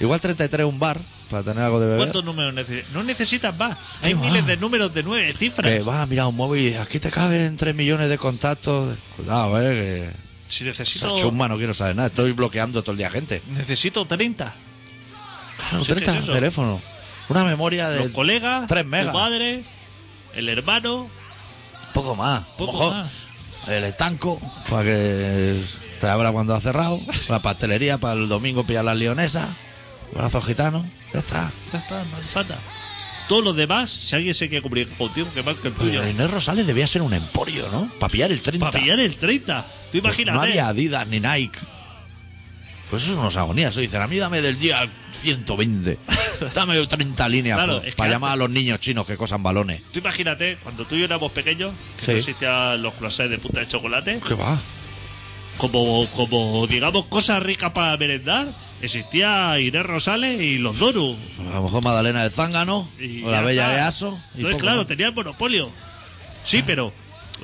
S1: Igual 33, un bar, para tener algo de beber.
S2: ¿cuántos números necesitas? No necesitas más. Hay
S1: ¿Eh? ¿Qué va?
S2: miles de números de nueve cifras.
S1: Que vas a mirar un móvil y dices, aquí te caben 3 millones de contactos. Cuidado, eh,
S2: Si
S1: que.
S2: necesito.
S1: Sacho Humma, no quiero saber nada. Estoy bloqueando todo el día gente.
S2: Necesito 30.
S1: Claro,
S2: Sí,
S1: 30
S2: sí, eso.
S1: teléfono. Una memoria de
S2: Los colegas,
S1: tres
S2: tu
S1: megas.
S2: madre, el hermano.
S1: poco más. A lo
S2: Poco
S1: mejor
S2: más.
S1: El estanco, para que te abra cuando ha cerrado. La pastelería para el domingo pillar las leonesas. Brazos gitanos. Ya está.
S2: Ya está, no hace falta. Todos los demás, si alguien se quiere cumplir contigo, que marque el tuyo.
S1: Pero Inés Rosales debía ser un emporio, ¿no? Para pillar el 30.
S2: Para pillar el 30. Tú
S1: Pues
S2: imagínate.
S1: No había Adidas ni Nike. Pues eso es unas agonías. eso Dicen, a mí dame del día al 120. Dame 30 líneas
S2: Claro, es que
S1: para
S2: antes-
S1: llamar a los niños chinos que cosan balones.
S2: Tú imagínate, cuando tú y yo éramos pequeños, que
S1: Sí.
S2: no existían los croissants de punta de chocolate,
S1: ¿Qué va?
S2: como, como digamos cosas ricas para merendar, existía Inés Rosales y los Doru.
S1: A lo mejor Madalena del Zángano
S2: Y
S1: o la
S2: ya
S1: Bella
S2: está.
S1: de Aso. y
S2: Entonces,
S1: poco
S2: claro,
S1: más.
S2: tenía el monopolio. Sí, pero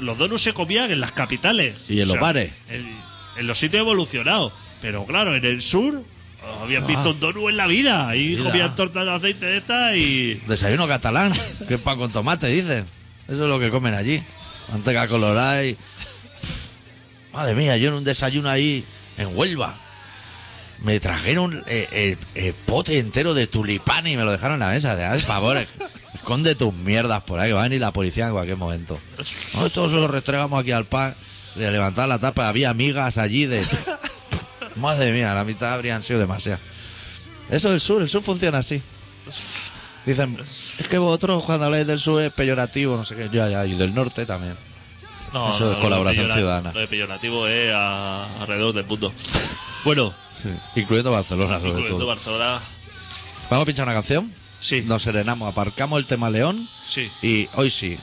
S2: los donuts se comían en las capitales.
S1: Y en los bares.
S2: En, en los sitios evolucionados. Pero claro, en el sur oh, habían visto un donut en la vida. Ahí
S1: Mira.
S2: comían tortas de aceite de estas y...
S1: Desayuno catalán, que es pan con tomate, dicen. Eso es lo que comen allí. Manteca colorada y... Madre mía, yo en un desayuno ahí en Huelva me trajeron eh, el, el pote entero de tulipán y me lo dejaron en la mesa. De, "Haz favor, esconde tus mierdas por ahí, que va a venir la policía en cualquier momento. No, todo eso lo restregamos aquí al pan. Le levantaban la tapa, había amigas allí de... Madre mía, la mitad habrían sido demasiado. Eso es el sur, el sur funciona así. Dicen, es que vosotros cuando habláis del sur es peyorativo, no sé qué. Ya, ya, y del norte también.
S2: No,
S1: Eso es
S2: lo
S1: colaboración
S2: peyorati-
S1: ciudadana.
S2: Lo de peyorativo es a- alrededor del mundo. Bueno,
S1: Incluyendo Barcelona, sobre
S2: incluyendo
S1: todo.
S2: Barcelona.
S1: Vamos a pinchar una canción.
S2: Sí.
S1: Nos serenamos, aparcamos el tema León.
S2: Sí.
S1: Y hoy sí,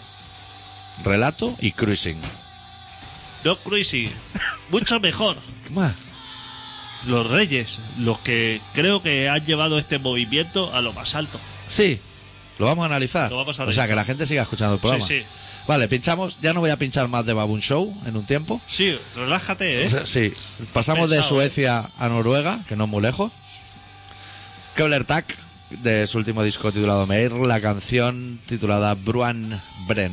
S1: relato y cruising.
S2: No Cruising. Mucho mejor.
S1: ¿Qué más?
S2: Los reyes, los que creo que han llevado este movimiento a lo más alto.
S1: Sí, lo vamos a analizar.
S2: Lo vamos a
S1: o sea,
S2: analizar.
S1: que la gente siga escuchando el programa.
S2: Sí, sí.
S1: Vale, pinchamos. Ya no voy a pinchar más de Baboon Show en un tiempo.
S2: Sí, relájate, ¿eh?
S1: Sí, pasamos de
S2: Pensado, ¿eh?
S1: Suecia a Noruega, que no es muy lejos. Kevler Tak, de su último disco titulado Meir, la canción titulada Bruan Bren.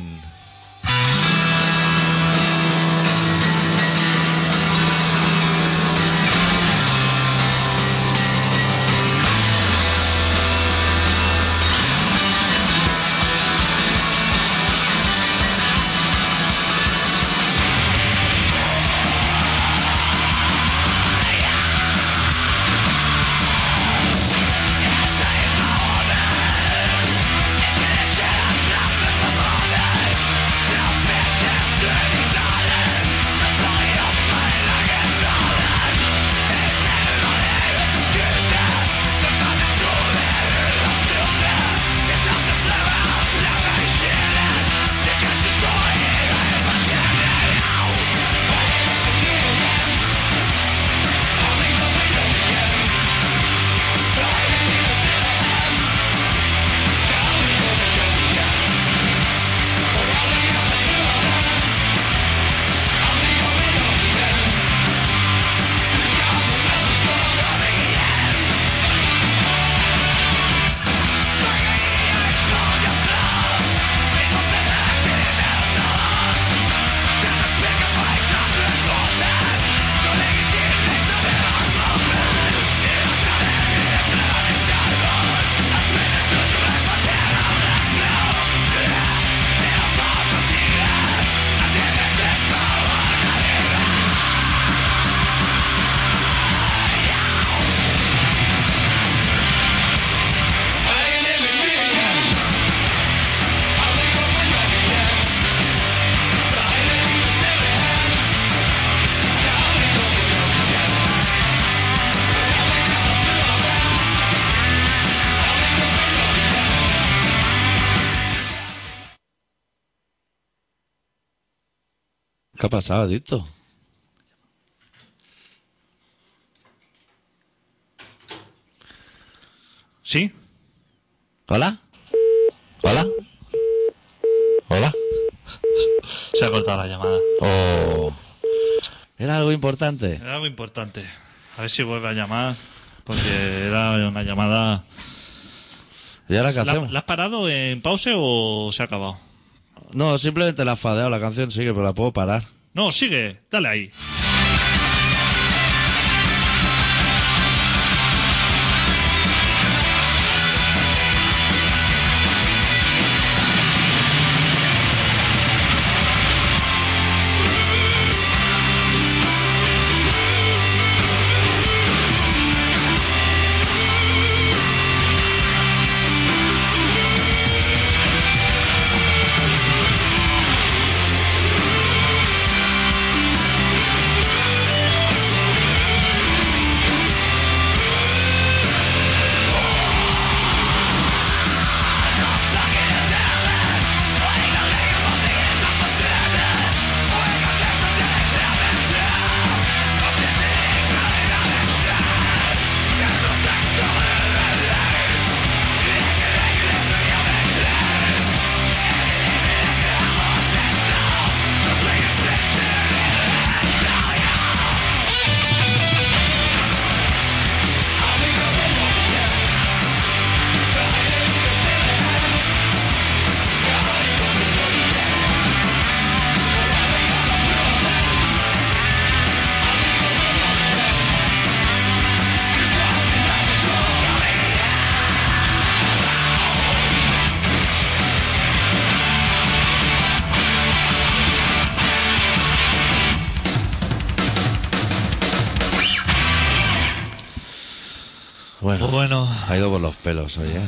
S3: Thank
S1: ¿Qué ha pasado, Tito?
S2: ¿Sí?
S1: ¿Hola? ¿Hola? ¿Hola?
S2: Se ha cortado la llamada.
S1: ¿O era algo importante?
S2: Era algo importante. A ver si vuelve a llamar, porque era una llamada...
S1: ¿Y ahora qué
S2: ¿La,
S1: hacemos?
S2: la has parado en pause o se ha acabado?
S1: No, simplemente la has fadeado, la canción sigue, pero la puedo parar.
S2: No, sigue, dale ahí.
S1: Bueno,
S2: Pues bueno,
S1: ha ido por los pelos hoy, ¿eh?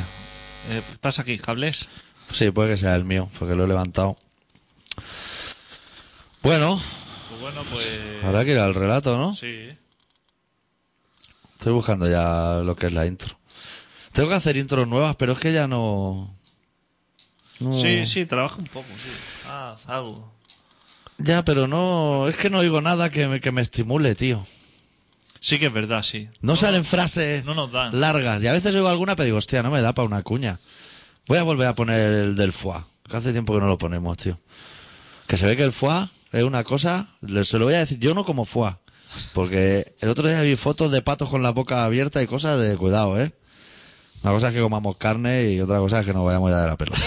S2: eh, pasa aquí, cables.
S1: Sí, puede que sea el mío, porque lo he levantado. Bueno,
S2: Pues bueno, pues...
S1: habrá que ir al relato, ¿no?
S2: Sí.
S1: Estoy buscando ya lo que es la intro. Tengo que hacer intros nuevas, pero es que ya no... no-
S2: Sí, sí, trabaja un poco, sí. Ah, algo.
S1: Ya, pero no... Es que no oigo nada que me, que me estimule, tío.
S2: Sí que es verdad, sí.
S1: No, salen frases
S2: no nos dan.
S1: Ah. largas. Y a veces oigo alguna, pero digo, hostia, no me da para una cuña. Voy a volver a poner el del foie. Que hace tiempo que no lo ponemos, tío. Que se ve que el foie es una cosa. le- Se lo voy a decir, yo no como foie. Porque el otro día vi fotos de patos con la boca abierta y cosas de cuidado, ¿eh? Una cosa es que comamos carne y otra cosa es que nos vayamos ya de la pelota.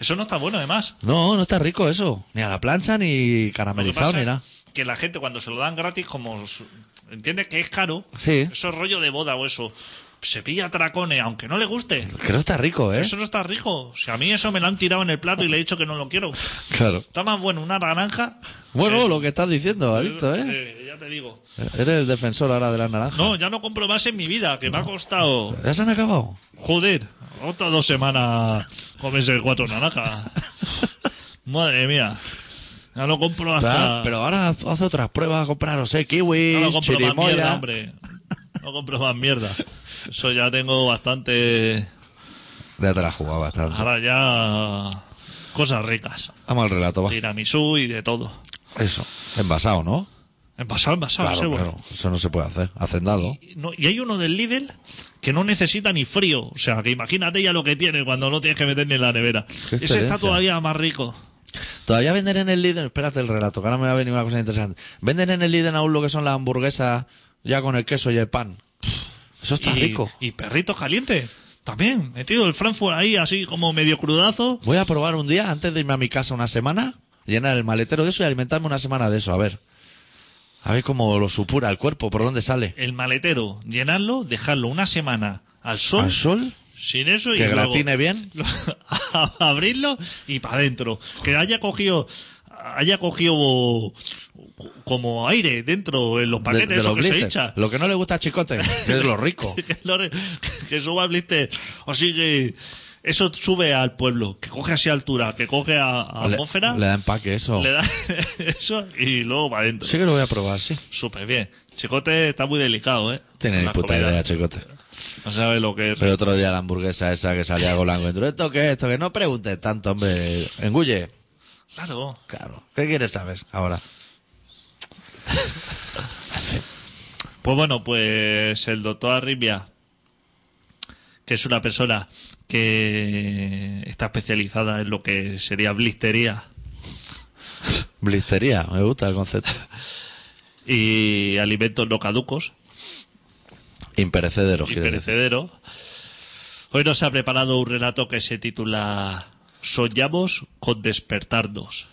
S2: Eso no está bueno, además.
S1: No, no está rico eso. Ni a la plancha, ni
S2: Lo que
S1: caramelizado,
S2: pasa
S1: ni nada.
S2: es Que la gente cuando se lo dan gratis, como su- entiende que es caro,
S1: Sí.
S2: eso es rollo de boda o eso. Se pilla tracones, aunque no le guste.
S1: Que no está rico, ¿eh?
S2: Eso no está rico. Si a mí eso me lo han tirado en el plato y le he dicho que no lo quiero.
S1: Claro.
S2: Está más bueno una naranja.
S1: Bueno, lo que estás diciendo, adicto, ¿eh?
S2: eh, ya te digo.
S1: Eres el defensor ahora de la naranja.
S2: No, ya no compro más en mi vida, que me ha costado.
S1: ¿Ya se han acabado?
S2: Joder, otras dos semanas comerse cuatro naranjas. Madre mía. Ya no compro hasta.
S1: Ah, Pero ahora hace otras pruebas, compraros eh, kiwis,
S2: No, no compro más mierda,
S1: chirimoya.
S2: hombre. No compro más mierda. Eso ya tengo bastante.
S1: Ya te la has jugado bastante.
S2: Ahora ya. Cosas ricas.
S1: Vamos al relato, va.
S2: Tiramisú y de todo.
S1: Eso. Envasado, ¿no?
S2: En pasado, en pasado, ese
S1: claro,
S2: Ah, bueno.
S1: claro. Eso no se puede hacer. Hacendado.
S2: No, y hay uno del Lidl que no necesita ni frío. O sea, que imagínate ya lo que tiene cuando no tienes que meter ni en la nevera. Ese
S1: excelencia.
S2: está todavía más rico.
S1: Todavía venden en el líder. Espérate el relato, que ahora me va a venir una cosa interesante. Venden en el líder aún lo que son las hamburguesas ya con el queso y el pan. Eso está
S2: y,
S1: rico.
S2: Y perritos calientes. También. Metido el Frankfurt ahí, así como medio crudazo.
S1: Voy a probar un día, antes de irme a mi casa una semana, llenar el maletero de eso y alimentarme una semana de eso. A ver. A ver cómo lo supura el cuerpo, por dónde sale.
S2: El maletero, llenarlo, dejarlo una semana al sol.
S1: ¿Al sol?
S2: Sin eso y
S1: Que
S2: luego-
S1: gratine bien.
S2: lo- abrirlo y para adentro. Que haya cogido haya cogido bo- como aire dentro en los
S1: de-
S2: paquetes
S1: de
S2: esos
S1: los
S2: que se
S1: blisters.
S2: echa.
S1: Lo que no le gusta a Chicote, que es lo rico.
S2: Que lo re- que suba el blister. Así que eso sube al pueblo, que coge así altura, que coge a, a
S1: Le-
S2: atmósfera,
S1: Le
S2: le,
S1: da empaque eso.
S2: da eso y luego para adentro.
S1: Sí que lo voy a probar, sí.
S2: Súper bien. Chicote está muy delicado, ¿eh?
S1: Tiene
S2: Con
S1: ni
S2: la
S1: puta
S2: comida.
S1: idea, Chicote.
S2: No sabe lo que es.
S1: Pero otro día la hamburguesa esa que salía con la encuentro. ¿Esto qué es? ¿Esto que No preguntes tanto, hombre. Engulle.
S2: Claro.
S1: Claro. ¿Qué quieres saber ahora?
S2: Pues bueno, pues el doctor Arrimia, que es una persona que está especializada en lo que sería blistería
S1: Blistería, me gusta el concepto.
S2: y alimentos no caducos
S1: Imperecederos,
S2: y
S1: quiere decir.
S2: perecederos, hoy nos ha preparado un relato que se titula Soñamos con despertarnos.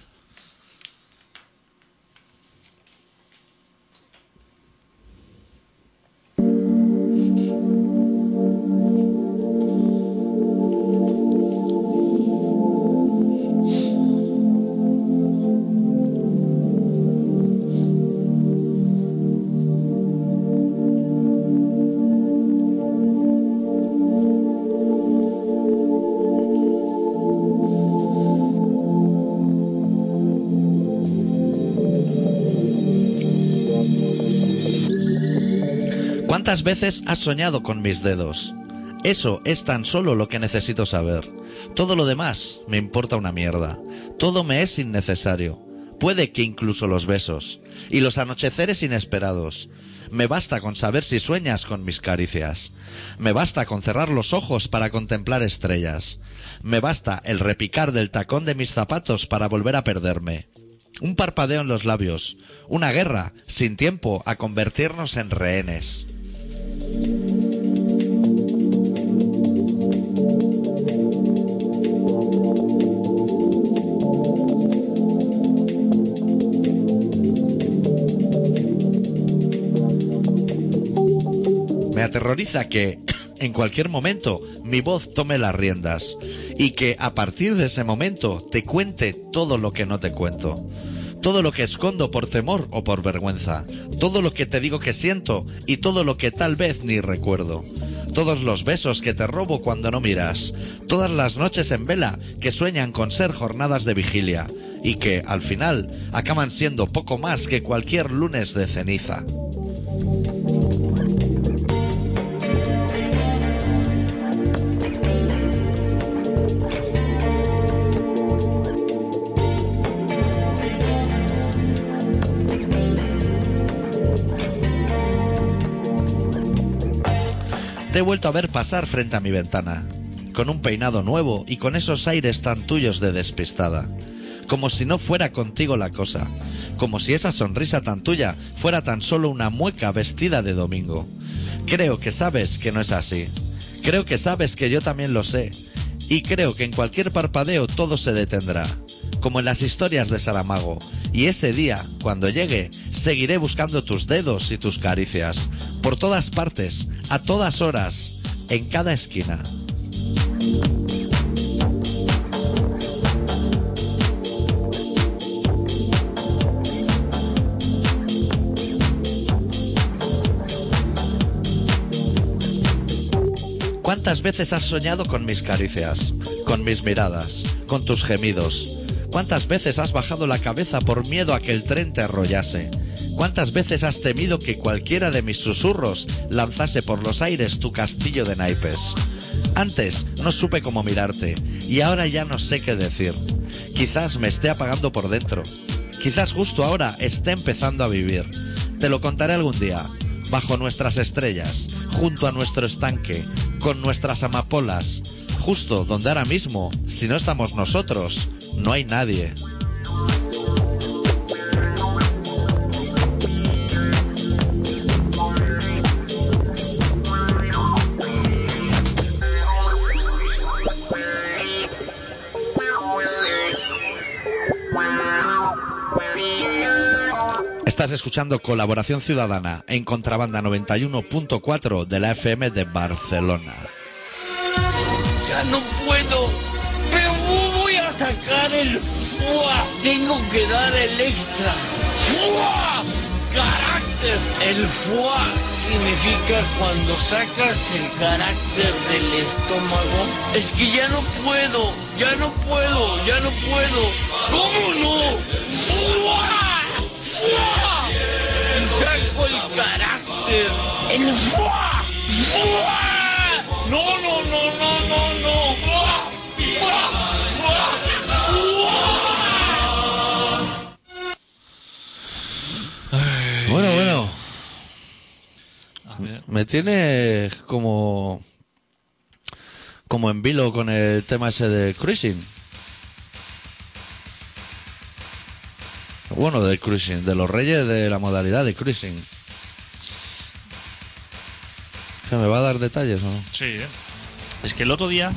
S1: ¿Cuántas veces has soñado con mis dedos? Eso es tan solo lo que necesito saber. Todo lo demás me importa una mierda. Todo me es innecesario. Puede que incluso los besos y los anocheceres inesperados. Me basta con saber si sueñas con mis caricias. Me basta con cerrar los ojos para contemplar estrellas. Me basta el repicar del tacón de mis zapatos para volver a perderme. Un parpadeo en los labios. Una guerra sin tiempo a convertirnos en rehenes. Me aterroriza que en cualquier momento mi voz tome las riendas y que a partir de ese momento te cuente todo lo que no te cuento. Todo lo que escondo por temor o por vergüenza. Todo lo que te digo que siento y todo lo que tal vez ni recuerdo. Todos los besos que te robo cuando no miras. Todas las noches en vela que sueñan con ser jornadas de vigilia y que, al final, acaban siendo poco más que cualquier lunes de ceniza. Te he vuelto a ver pasar frente a mi ventana, con un peinado nuevo y con esos aires tan tuyos de despistada. Como si no fuera contigo la cosa, como si esa sonrisa tan tuya fuera tan solo una mueca vestida de domingo. Creo que sabes que no es así. Creo que sabes que yo también lo sé. Y creo que en cualquier parpadeo todo se detendrá, como en las historias de Saramago. Y ese día, cuando llegue, seguiré buscando tus dedos y tus caricias, por todas partes, a todas horas, en cada esquina. ¿Cuántas veces has soñado con mis caricias, con mis miradas, con tus gemidos? ¿Cuántas veces has bajado la cabeza por miedo a que el tren te arrollase? ¿Cuántas veces has temido que cualquiera de mis susurros lanzase por los aires tu castillo de naipes? Antes no supe cómo mirarte y ahora ya no sé qué decir. Quizás me esté apagando por dentro. Quizás justo ahora esté empezando a vivir. Te lo contaré algún día, bajo nuestras estrellas, junto a nuestro estanque, con nuestras amapolas, justo donde ahora mismo, si no estamos nosotros, no hay nadie. Estás escuchando Colaboración Ciudadana en Contrabanda 91.4 de la FM de Barcelona.
S3: Ya no puedo. Pero voy a sacar el FUA. Tengo que dar el extra. ¡FUA! Carácter. El FUA significa cuando sacas el carácter del estómago. Es que ya no puedo. Ya no puedo. Ya no puedo. ¿Cómo no? ¡FUA! ¡FUA! Y saco el carácter. El FUA. ¡Fua! No, no, no, no, no, no. ¡Fua! ¡Fua! ¡Fua! ¡Fua!
S2: Eh,
S1: me tiene como. como en vilo con el tema ese de cruising. Bueno, del cruising, de los reyes de la modalidad de cruising. ¿Que ¿Me va a dar detalles o no?
S2: Sí, ¿eh? Es que el otro día,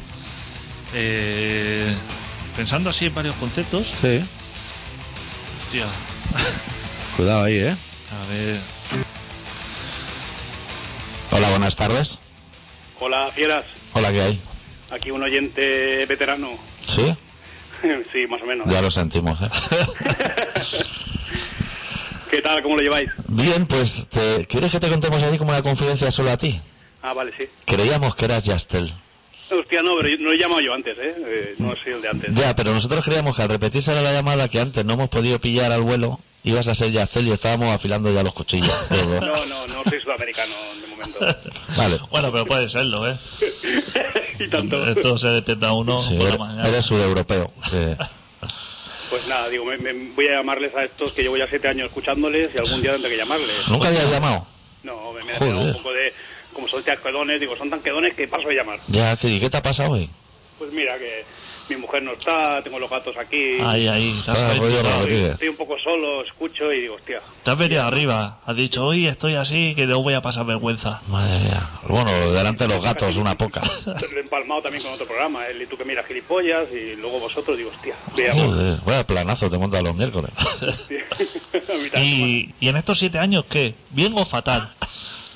S2: eh, pensando así en varios conceptos,
S1: Sí.
S2: hostia,
S1: Cuidado ahí, ¿eh?
S2: a ver.
S1: Hola, buenas tardes.
S4: Hola, fieras.
S1: Hola, ¿qué hay?
S4: Aquí un oyente veterano.
S1: ¿Sí?
S4: sí, más o menos.
S1: Ya lo sentimos, ¿eh?
S4: ¿Qué tal? ¿Cómo lo lleváis?
S1: Bien, pues, te- ¿quieres que te contemos así como una confidencia solo a ti?
S4: Ah, vale, sí.
S1: Creíamos que eras Yastel.
S4: Hostia, no, pero yo- no he llamado yo antes, ¿eh? Eh, No soy el de antes.
S1: Ya, pero nosotros creíamos que al repetirse la llamada que antes no hemos podido pillar al vuelo, ibas a ser Yastel y estábamos afilando ya los cuchillos. Pero-
S4: No, no, no soy sudamericano de momento.
S1: vale.
S2: Bueno, pero puede serlo, ¿eh?
S4: y tanto.
S2: Esto se despierta uno
S1: Sí,
S2: por la
S1: eres,
S2: mañana.
S1: eres sudeuropeo. Eh, sí.
S4: Pues nada, digo, me, me- voy a llamarles a estos que llevo ya siete años escuchándoles y algún día tendré que llamarles.
S1: Nunca habías llamado.
S4: No, me, me ha
S1: Joder.
S4: quedado un poco de... Como son tan quedones, digo, son tan quedones que paso a llamar.
S1: Ya, ¿qué, ¿y qué te ha pasado hoy?
S4: Pues mira, que mi mujer no está, tengo los gatos aquí.
S2: Ahí, ahí. Te has,
S1: Ah, rollo
S2: venido-
S1: Rodríguez.
S4: estoy, estoy un poco solo, escucho y digo, hostia,
S2: te has venido arriba. Has dicho, hoy estoy así que no voy a pasar vergüenza.
S1: Madre mía. Bueno, delante de los gatos, una poca.
S4: lo he empalmado también con otro programa, el y tú que miras gilipollas, y luego vosotros, digo, hostia, voy a llamar.
S1: Joder, vaya eh, planazo te montas los miércoles.
S4: A mí también.
S2: Y, y en estos siete años, ¿qué? ¿Bien o fatal?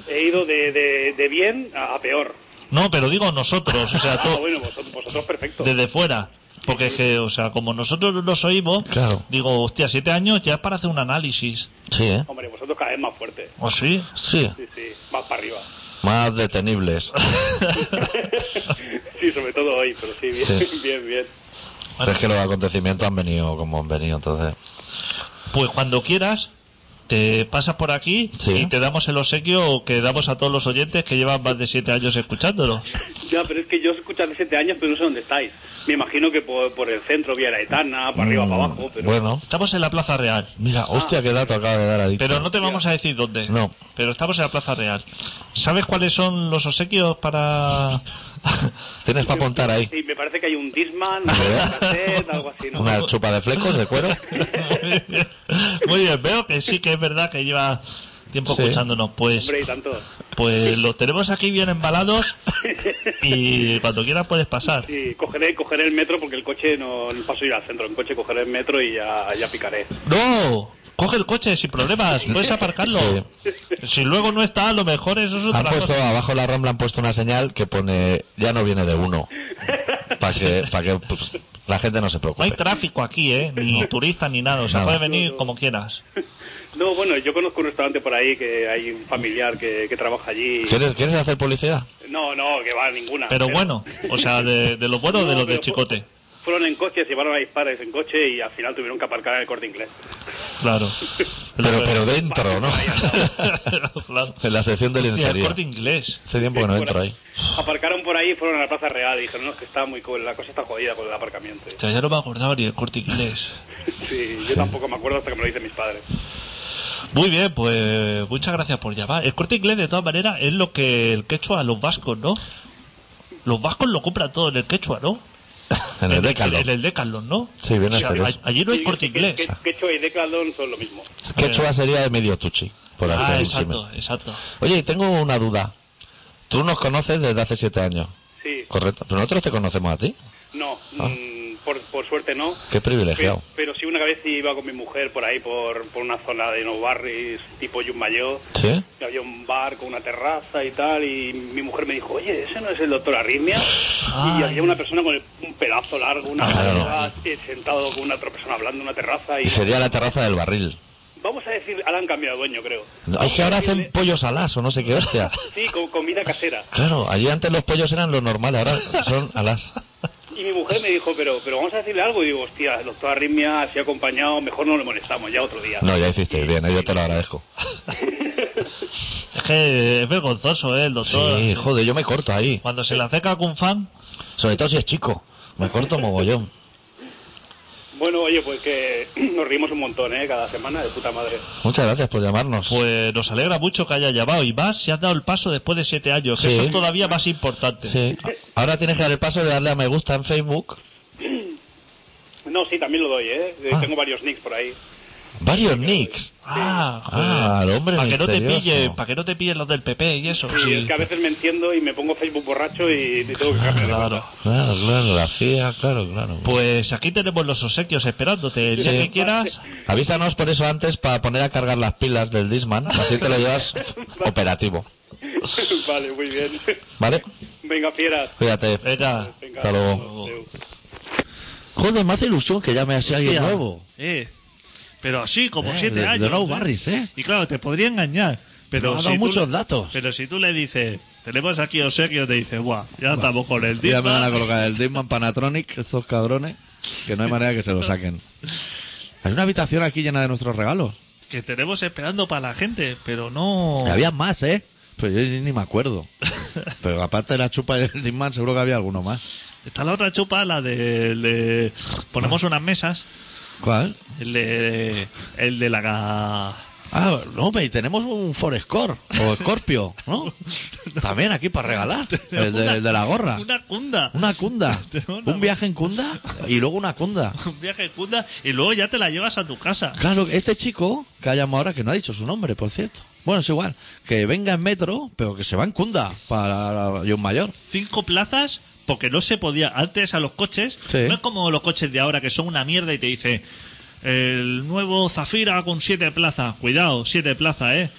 S4: He ido de, de- de bien a, a peor.
S2: No, pero digo nosotros, o sea,
S4: Ah,
S2: tú,
S4: bueno, vosotros, vosotros perfecto.
S2: desde fuera. Porque es que, o sea, como nosotros no nos oímos,
S1: Claro.
S2: digo, hostia, siete años ya es para hacer un análisis.
S1: Sí, ¿eh?
S4: Hombre, vosotros cada vez más fuerte.
S2: ¿O sí?
S1: Sí,
S4: Sí, sí, más para arriba.
S1: más detenibles.
S4: Sí, sobre todo hoy, pero sí, bien,
S1: Sí.
S4: bien, bien.
S1: Pero es que los acontecimientos han venido como han venido, entonces.
S2: Pues cuando quieras, te pasas por aquí
S1: Sí.
S2: y te damos el obsequio que damos a todos los oyentes que llevan más de siete años escucándonos.
S4: Ya, pero es que yo os escucho hace siete años, pero no sé dónde estáis. Me imagino que por, por el centro, vía la Etana, para arriba, para abajo, pero...
S1: Bueno,
S2: Estamos en la Plaza Real,
S1: mira, hostia, qué dato acaba de dar ahí.
S2: pero no te vamos a decir dónde.
S1: No.
S2: Pero estamos en la Plaza Real. ¿Sabes cuáles son los obsequios para...?
S1: Tienes para apuntar ahí.
S4: Sí, me parece que hay un Disman, un
S1: ¿Verdad?
S4: cassette, algo así, ¿no?
S1: Una chupa de flecos de cuero.
S2: Muy bien, veo que sí que es verdad que lleva tiempo
S1: Sí.
S2: escuchándonos. Pues
S4: Hombre, y tanto.
S2: Pues los tenemos aquí bien embalados y cuando quieras puedes pasar.
S4: Sí, cogeré, cogeré el metro porque el coche no, no paso yo al centro. En coche cogeré el metro y ya, ya picaré.
S2: ¡No! Coge el coche sin problemas, puedes aparcarlo. Si luego no está, a lo mejor eso es
S1: Han
S2: otra
S1: puesto
S2: cosa.
S1: abajo la rambla han puesto una señal que pone ya no viene de uno. Para que, para que pues, la gente no se
S2: No hay
S1: preocupe.
S2: tráfico aquí, ¿eh? Ni turistas ni nada. O sea,
S1: Nada.
S2: puedes venir como quieras.
S4: No, bueno, yo conozco un restaurante por ahí que hay un familiar que, que trabaja allí.
S1: ¿Quieres, ¿Quieres hacer publicidad?
S4: No, no, que va ninguna.
S2: Pero bueno, o sea, de, de los buenos de
S4: No,
S2: los de
S4: pero-
S2: Chicote.
S4: Fueron en coche, se llevaron a dispares en coche y al final tuvieron que aparcar en el corte inglés.
S2: Claro.
S1: Pero, pero dentro, ¿no?
S2: claro.
S1: En la sección del
S2: Hostia, el
S1: interior.
S2: corte inglés.
S1: Hace tiempo que no entro ahí.
S4: Aparcaron por ahí y fueron a la Plaza Real y dijeron, no, es que está muy co- la cosa está jodida con el aparcamiento.
S2: Hostia, ya no me acordaba ni el corte inglés.
S4: Sí, yo tampoco me acuerdo hasta que me lo dicen mis padres.
S2: Muy bien, pues muchas gracias por llamar. El corte inglés, de todas maneras, es lo que el quechua a los vascos, ¿no? Los vascos lo compran todo en el quechua, ¿no?
S1: En el Decathlon.
S2: En el Decathlon, ¿no?
S1: Sí, viene a
S2: Sí,
S1: ser
S2: a-
S1: eso.
S2: Allí no hay
S4: Sí,
S2: corte
S4: que-
S2: inglés.
S4: que- que Quechua y Decathlon son lo mismo.
S1: Quechua sería de medio tuchi. Por
S2: Ah,
S1: hacer un símil.
S2: exacto, exacto.
S1: Oye, y tengo una duda. Tú nos conoces desde hace siete años,
S4: Sí,
S1: ¿correcto? Pero nosotros te conocemos a ti.
S4: no, mm, por, por suerte no.
S1: Qué privilegiado.
S4: Pero, pero sí, una vez iba con mi mujer por ahí, por, por una zona de no barris, tipo Yumayo.
S1: ¿Sí?
S4: Y había un bar con una terraza y tal, y mi mujer me dijo, oye, ¿ese no es el doctor Arritmia?
S2: Ay.
S4: Y había una persona con el- un pedazo largo, una
S1: Ah, claro.
S4: barba, eh, sentado con una otra persona hablando en una terraza, y
S1: Y sería la terraza del barril.
S4: vamos a decir, ahora han cambiado de dueño, creo.
S1: Es que ahora hacen pollos alas o no sé qué hostia.
S4: Sí, con comida casera.
S1: Claro, allí antes los pollos eran lo normal, ahora son alas.
S4: Y mi mujer me dijo, pero, pero vamos a decirle algo, y digo, hostia, el doctor Arritmia así acompañado, mejor no le molestamos, ya otro día.
S1: No, ya hiciste bien, eh, yo te lo agradezco.
S2: Es que es vergonzoso, ¿eh? El doctor.
S1: Sí, joder, yo me corto ahí.
S2: Cuando se le acerca algún fan,
S1: Sobre todo si es chico. Me corto mogollón.
S4: Bueno, oye, pues que nos rimos un montón, ¿eh? Cada semana, de puta madre.
S1: Muchas gracias por llamarnos.
S2: Pues nos alegra mucho que haya llamado y más si has dado el paso después de siete años, que
S1: Sí.
S2: eso es todavía más importante.
S1: Sí. A- Ahora tienes que dar el paso de darle a me gusta en Facebook.
S4: No, sí, también lo doy, ¿eh? Eh,
S1: Ah.
S4: Tengo varios nicks por ahí.
S1: Varios nicks.
S2: Ah, joder.
S1: Ah, al hombre
S2: para que no te
S1: misterioso.
S2: pille, para que no te pillen los del PP y eso.
S4: Y
S2: sí.
S4: es que a veces me entiendo y me pongo Facebook borracho y, y tengo que cambiar de
S2: Claro.
S4: cuenta.
S1: Claro, claro, la CIA, claro, claro.
S2: Pues aquí tenemos los obsequios esperándote. El día
S1: Sí.
S2: que quieras,
S1: Avísanos por eso antes para poner a cargar las pilas del Disman. Así te lo llevas operativo.
S4: vale, muy bien.
S1: ¿Vale?
S4: Venga, fieras.
S1: Cuídate.
S2: venga.
S4: Venga,
S1: Hasta luego.
S4: adeu.
S1: Joder, me hace ilusión que llame así a alguien
S2: Hostia.
S1: nuevo.
S2: Eh, pero así, como
S1: Eh,
S2: siete
S1: de- de
S2: años.
S1: Low
S2: ¿eh?
S1: Barris, ¿eh?
S2: Y claro, te podría engañar. Pero
S1: Me ha
S2: si
S1: dado
S2: tú-
S1: muchos datos.
S2: Pero si tú le dices, tenemos aquí obsequios, te dice, guau, ya estamos con el
S1: Ya
S2: día.
S1: me van a colocar el Disman Panatronic, estos cabrones, que no hay manera que se lo saquen. Hay una habitación aquí llena de nuestros regalos.
S2: Que tenemos esperando para la gente, pero no.
S1: Había más, ¿eh? Pues yo ni me acuerdo. Pero aparte de la chupa del Disman, seguro que había alguno más.
S2: Está la otra chupa, la de. de- ponemos unas mesas.
S1: ¿Cuál?
S2: El de. El de la.
S1: Ah, no, hombre, y tenemos un Forescore o Scorpio, ¿no? También aquí para regalar. El de, el de la gorra.
S2: Una cunda.
S1: Una cunda. Un viaje en cunda y luego una cunda.
S2: Un viaje en cunda y luego ya te la llevas a tu casa.
S1: Claro, este chico que ha llamado ahora, que no ha dicho su nombre, por cierto. Bueno, es igual. Que venga en metro, pero que se va en cunda para John Mayor.
S2: cinco plazas porque no se podía antes a los coches
S1: Sí.
S2: no es como los coches de ahora que son una mierda y te dice el nuevo Zafira con siete plazas cuidado siete plazas eh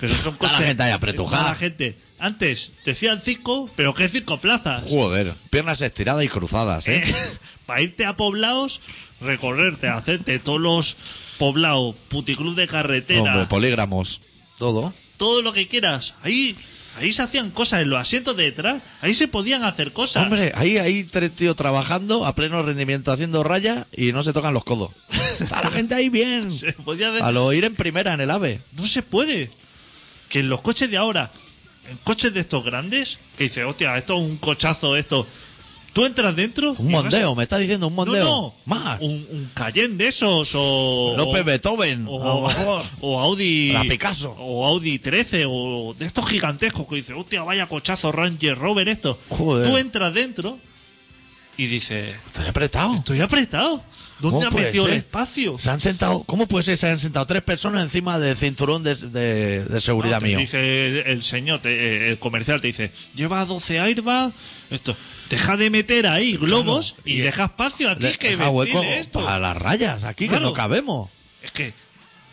S2: que esos son
S1: Está la
S2: coches
S1: gente ahí apretujada.
S2: Está la gente antes decían cinco pero que cinco plazas
S1: Joder, piernas estiradas y cruzadas, ¿eh?
S2: para irte a poblados recorrerte hacerte todos los poblados puticlub de carretera
S1: Hombre, polígramos. Todo.
S2: todo lo que quieras ahí ahí se hacían cosas en los asientos de detrás ahí se podían hacer cosas
S1: Hombre, ahí hay tres tíos trabajando a pleno rendimiento haciendo raya y no se tocan los codos. Está la gente ahí bien.
S2: se podía hacer-
S1: A lo ir en primera en el AVE.
S2: No se puede. Que en los coches de ahora, en coches de estos grandes, que dices, hostia, esto es un cochazo, esto. Tú entras dentro.
S1: Un
S2: y vas
S1: mondeo,
S2: a-
S1: me está diciendo un
S2: No,
S1: mondeo.
S2: no.
S1: Más.
S2: Un, un Cayenne de esos, o.
S1: López
S2: o-
S1: Beethoven.
S2: O,
S1: a lo mejor.
S2: Ah, o Audi.
S1: La Picasso.
S2: O Audi 13, o de estos gigantescos que dices, hostia, vaya cochazo Ranger Rover, esto.
S1: Joder.
S2: Tú entras dentro y dices,
S1: Estoy apretado.
S2: estoy apretado. ¿Dónde
S1: ¿Cómo
S2: ha
S1: puede
S2: metido el
S1: ser?
S2: espacio?
S1: Se han sentado, ¿cómo puede ser? Se han sentado tres personas encima del cinturón de, de- de seguridad
S2: te
S1: mío.
S2: Dice el, el señor, te- eh, el comercial te dice, lleva 12 airbags, esto, deja de meter ahí globos y,
S1: y-
S2: deja espacio aquí
S1: Le-
S2: que
S1: deja hueco
S2: ventile esto.
S1: para las rayas, aquí
S2: Claro.
S1: que no cabemos.
S2: Es que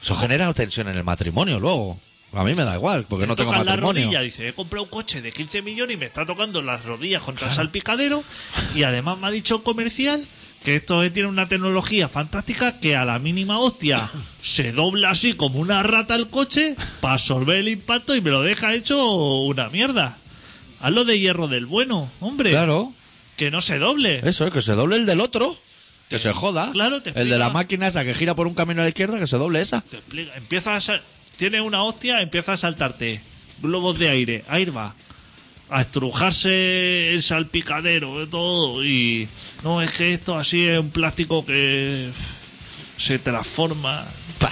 S1: Eso genera tensión en el matrimonio luego. A mí me da igual, porque no tengo
S2: tocan la
S1: matrimonio.
S2: rodilla, dice, he comprado un coche de 15 millones y me está tocando las rodillas contra el salpicadero y además me ha dicho el comercial que esto eh, tiene una tecnología fantástica que a la mínima hostia se dobla así como una rata el coche para absorber el impacto y me lo deja hecho una mierda. Hazlo de hierro del bueno, hombre.
S1: Claro,
S2: Que no se doble.
S1: eso es, que se doble el del otro, que se joda.
S2: Claro, te
S1: el de la
S2: explica.
S1: máquina esa que gira por un camino a la izquierda, que se doble esa.
S2: Te explica. Empieza a sal- Tienes una hostia, empieza a saltarte. Globos de aire, aire va. A estrujarse el salpicadero, de todo. Y no, es que esto así es un plástico que uf, se transforma.
S1: Pa.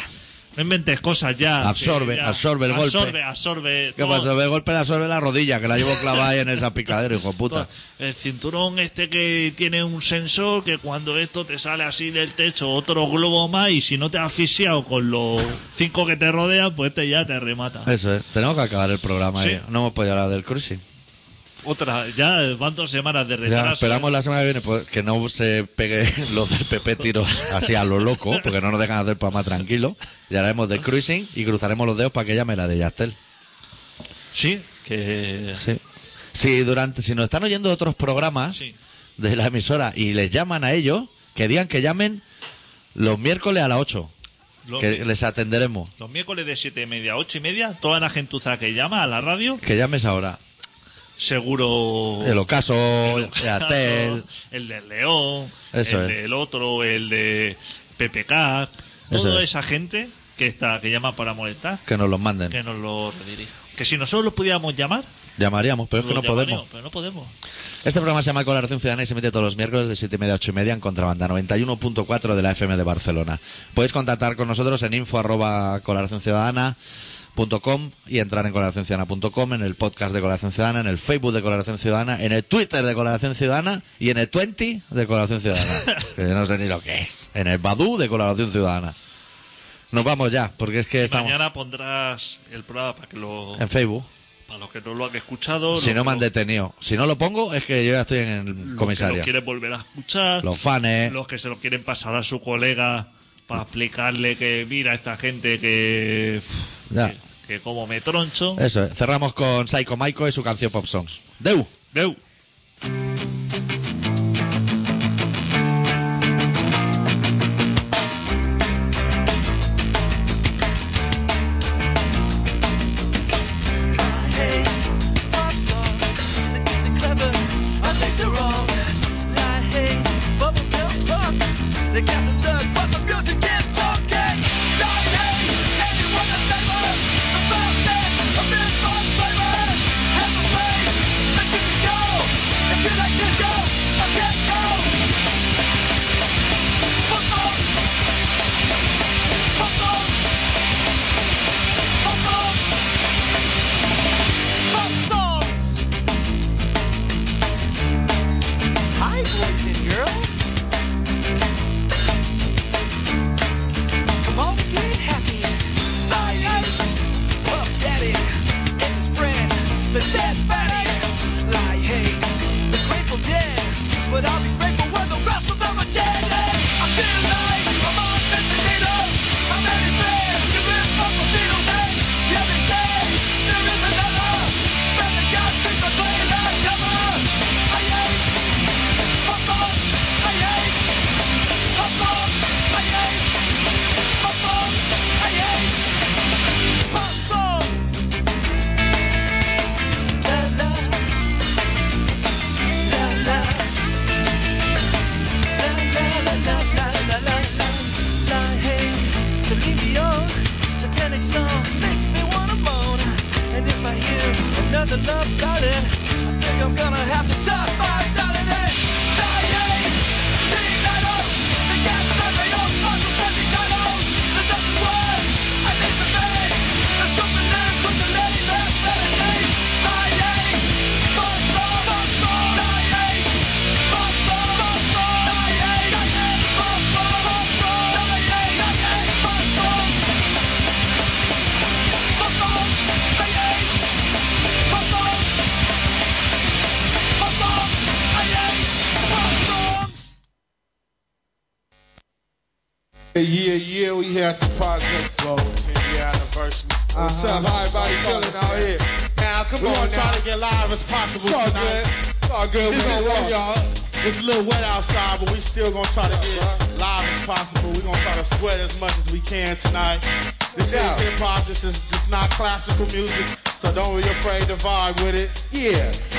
S2: No inventes cosas ya.
S1: Absorbe,
S2: que ya-
S1: absorbe el golpe.
S2: Absorbe, absorbe.
S1: ¿Qué
S2: todo.
S1: pasa? Me golpe la sobre la rodilla, que la llevo clavada ahí en esa picadera, hijo de puta.
S2: El cinturón este que tiene un sensor que cuando esto te sale así del techo otro globo más y si no te has asfixiado con los cinco que te rodean, pues este ya te remata.
S1: Eso es, tenemos que acabar el programa
S2: Sí.
S1: ahí. No hemos podido hablar del cruising.
S2: Otra, ya van dos semanas de
S1: Ya,
S2: retraso.
S1: esperamos la semana que viene pues, que no se pegue los del PP tiros así a lo loco, porque no nos dejan hacer para más tranquilo. Y haremos de cruising y cruzaremos los dedos para que llame la de Yastel.
S2: Sí, que...
S1: Sí. Si, durante, si nos están oyendo otros programas
S2: Sí.
S1: de la emisora y les llaman a ellos, que digan que llamen los miércoles a las 8,
S2: Los,
S1: que les atenderemos.
S2: los miércoles de siete y media a ocho y media, toda la gentuza que llama a la radio,
S1: Que llames ahora.
S2: seguro...
S1: El ocaso, Yastel.
S2: El del León,
S1: Eso
S2: el
S1: es.
S2: del otro, el de PPK,
S1: Eso
S2: toda
S1: es.
S2: esa gente que está que llama para molestar,
S1: Que nos los manden.
S2: que nos lo redirija. Que si nosotros los pudiéramos llamar,
S1: Llamaríamos, pero es que no
S2: Lo llamaríamos,
S1: podemos.
S2: Pero no podemos.
S1: Este programa se llama Colaboración Ciudadana y se emite todos los miércoles de 7 y media a 8 y media en Contrabanda 91.4 de la FM de Barcelona. Podéis contactar con nosotros en info arroba colaboracionciudadana.com y entrar en colaboracionciudadana.com, en el podcast de Colaboración Ciudadana, en el Facebook de Colaboración Ciudadana, en el Twitter de Colaboración Ciudadana y en el 20 de Colaboración Ciudadana. que no sé ni lo que es. En el Badú de Colaboración Ciudadana. Nos vamos ya, porque es que estamos
S2: Mañana pondrás el programa para que lo,
S1: en Facebook.
S2: para los que no lo han escuchado.
S1: Si
S2: los
S1: no
S2: que
S1: me han
S2: lo-
S1: detenido. Si no lo pongo, es que yo ya estoy en
S2: los Que
S1: comisaría.
S2: lo quieren volver a escuchar.
S1: Los fans.
S2: los que se lo quieren pasar a su colega para explicarle que mira esta gente que uf,
S1: Ya. Eh.
S2: que, que como me troncho
S1: Eso es. Cerramos con Psycho Maiko y su canción Pop Songs. ¡Deu!
S2: Deu.
S5: They got the look, but the music is talking. Don't hate anyone that they want. The best thing, the best fun flavor. Has a way that you can go. If you like disco, I can't go. Fuck off. Fuck off. Fuck off. Fuck songs. Hi, boys and girls. Come on, get happy. Science, Puff Daddy, and his friend, the Dead Fatty. Lie, hey, the Grateful Dead. But I'll be grateful when the rest of them are dead. Hey, I feel like I'm on Fentanyl. How many fans can live from the Beatles? Hey, every day there is another. Friend that God thinks I'm playing that cover. I hate, fuck off. I hate, fuck off. I hate. Love about it. I think I'm gonna have to toss my Saturday. Dying, team medals, the gas memory of muscle busy titles. There's nothing worse, I need to be. Let's go for now, put the lady back, meditate. Dying, bust off, bust off. Dying, bust off, bust off. Dying, dying, bust off, bust off. Dying, dying, bust off. Bust off, dying, bust off. Bust off, dying, bust off.
S6: The year, year we here at the project, bro. 10 year anniversary.
S7: Uh-huh.
S6: What's up? How everybody feeling out here?
S7: Now, come
S6: We
S7: on
S6: gonna try
S7: now.
S6: to get live as possible
S7: It's all
S6: tonight.
S7: good. It's all good. We
S6: This is
S7: gonna
S6: what
S7: walk.
S6: y'all. It's a little wet outside, but we still gonna try to
S7: Uh-huh.
S6: get live as possible. We gonna try to sweat as much as we can tonight. This
S7: Yeah.
S6: is hip hop. This is this not classical music, so don't be afraid to vibe with it.
S7: Yeah.
S6: And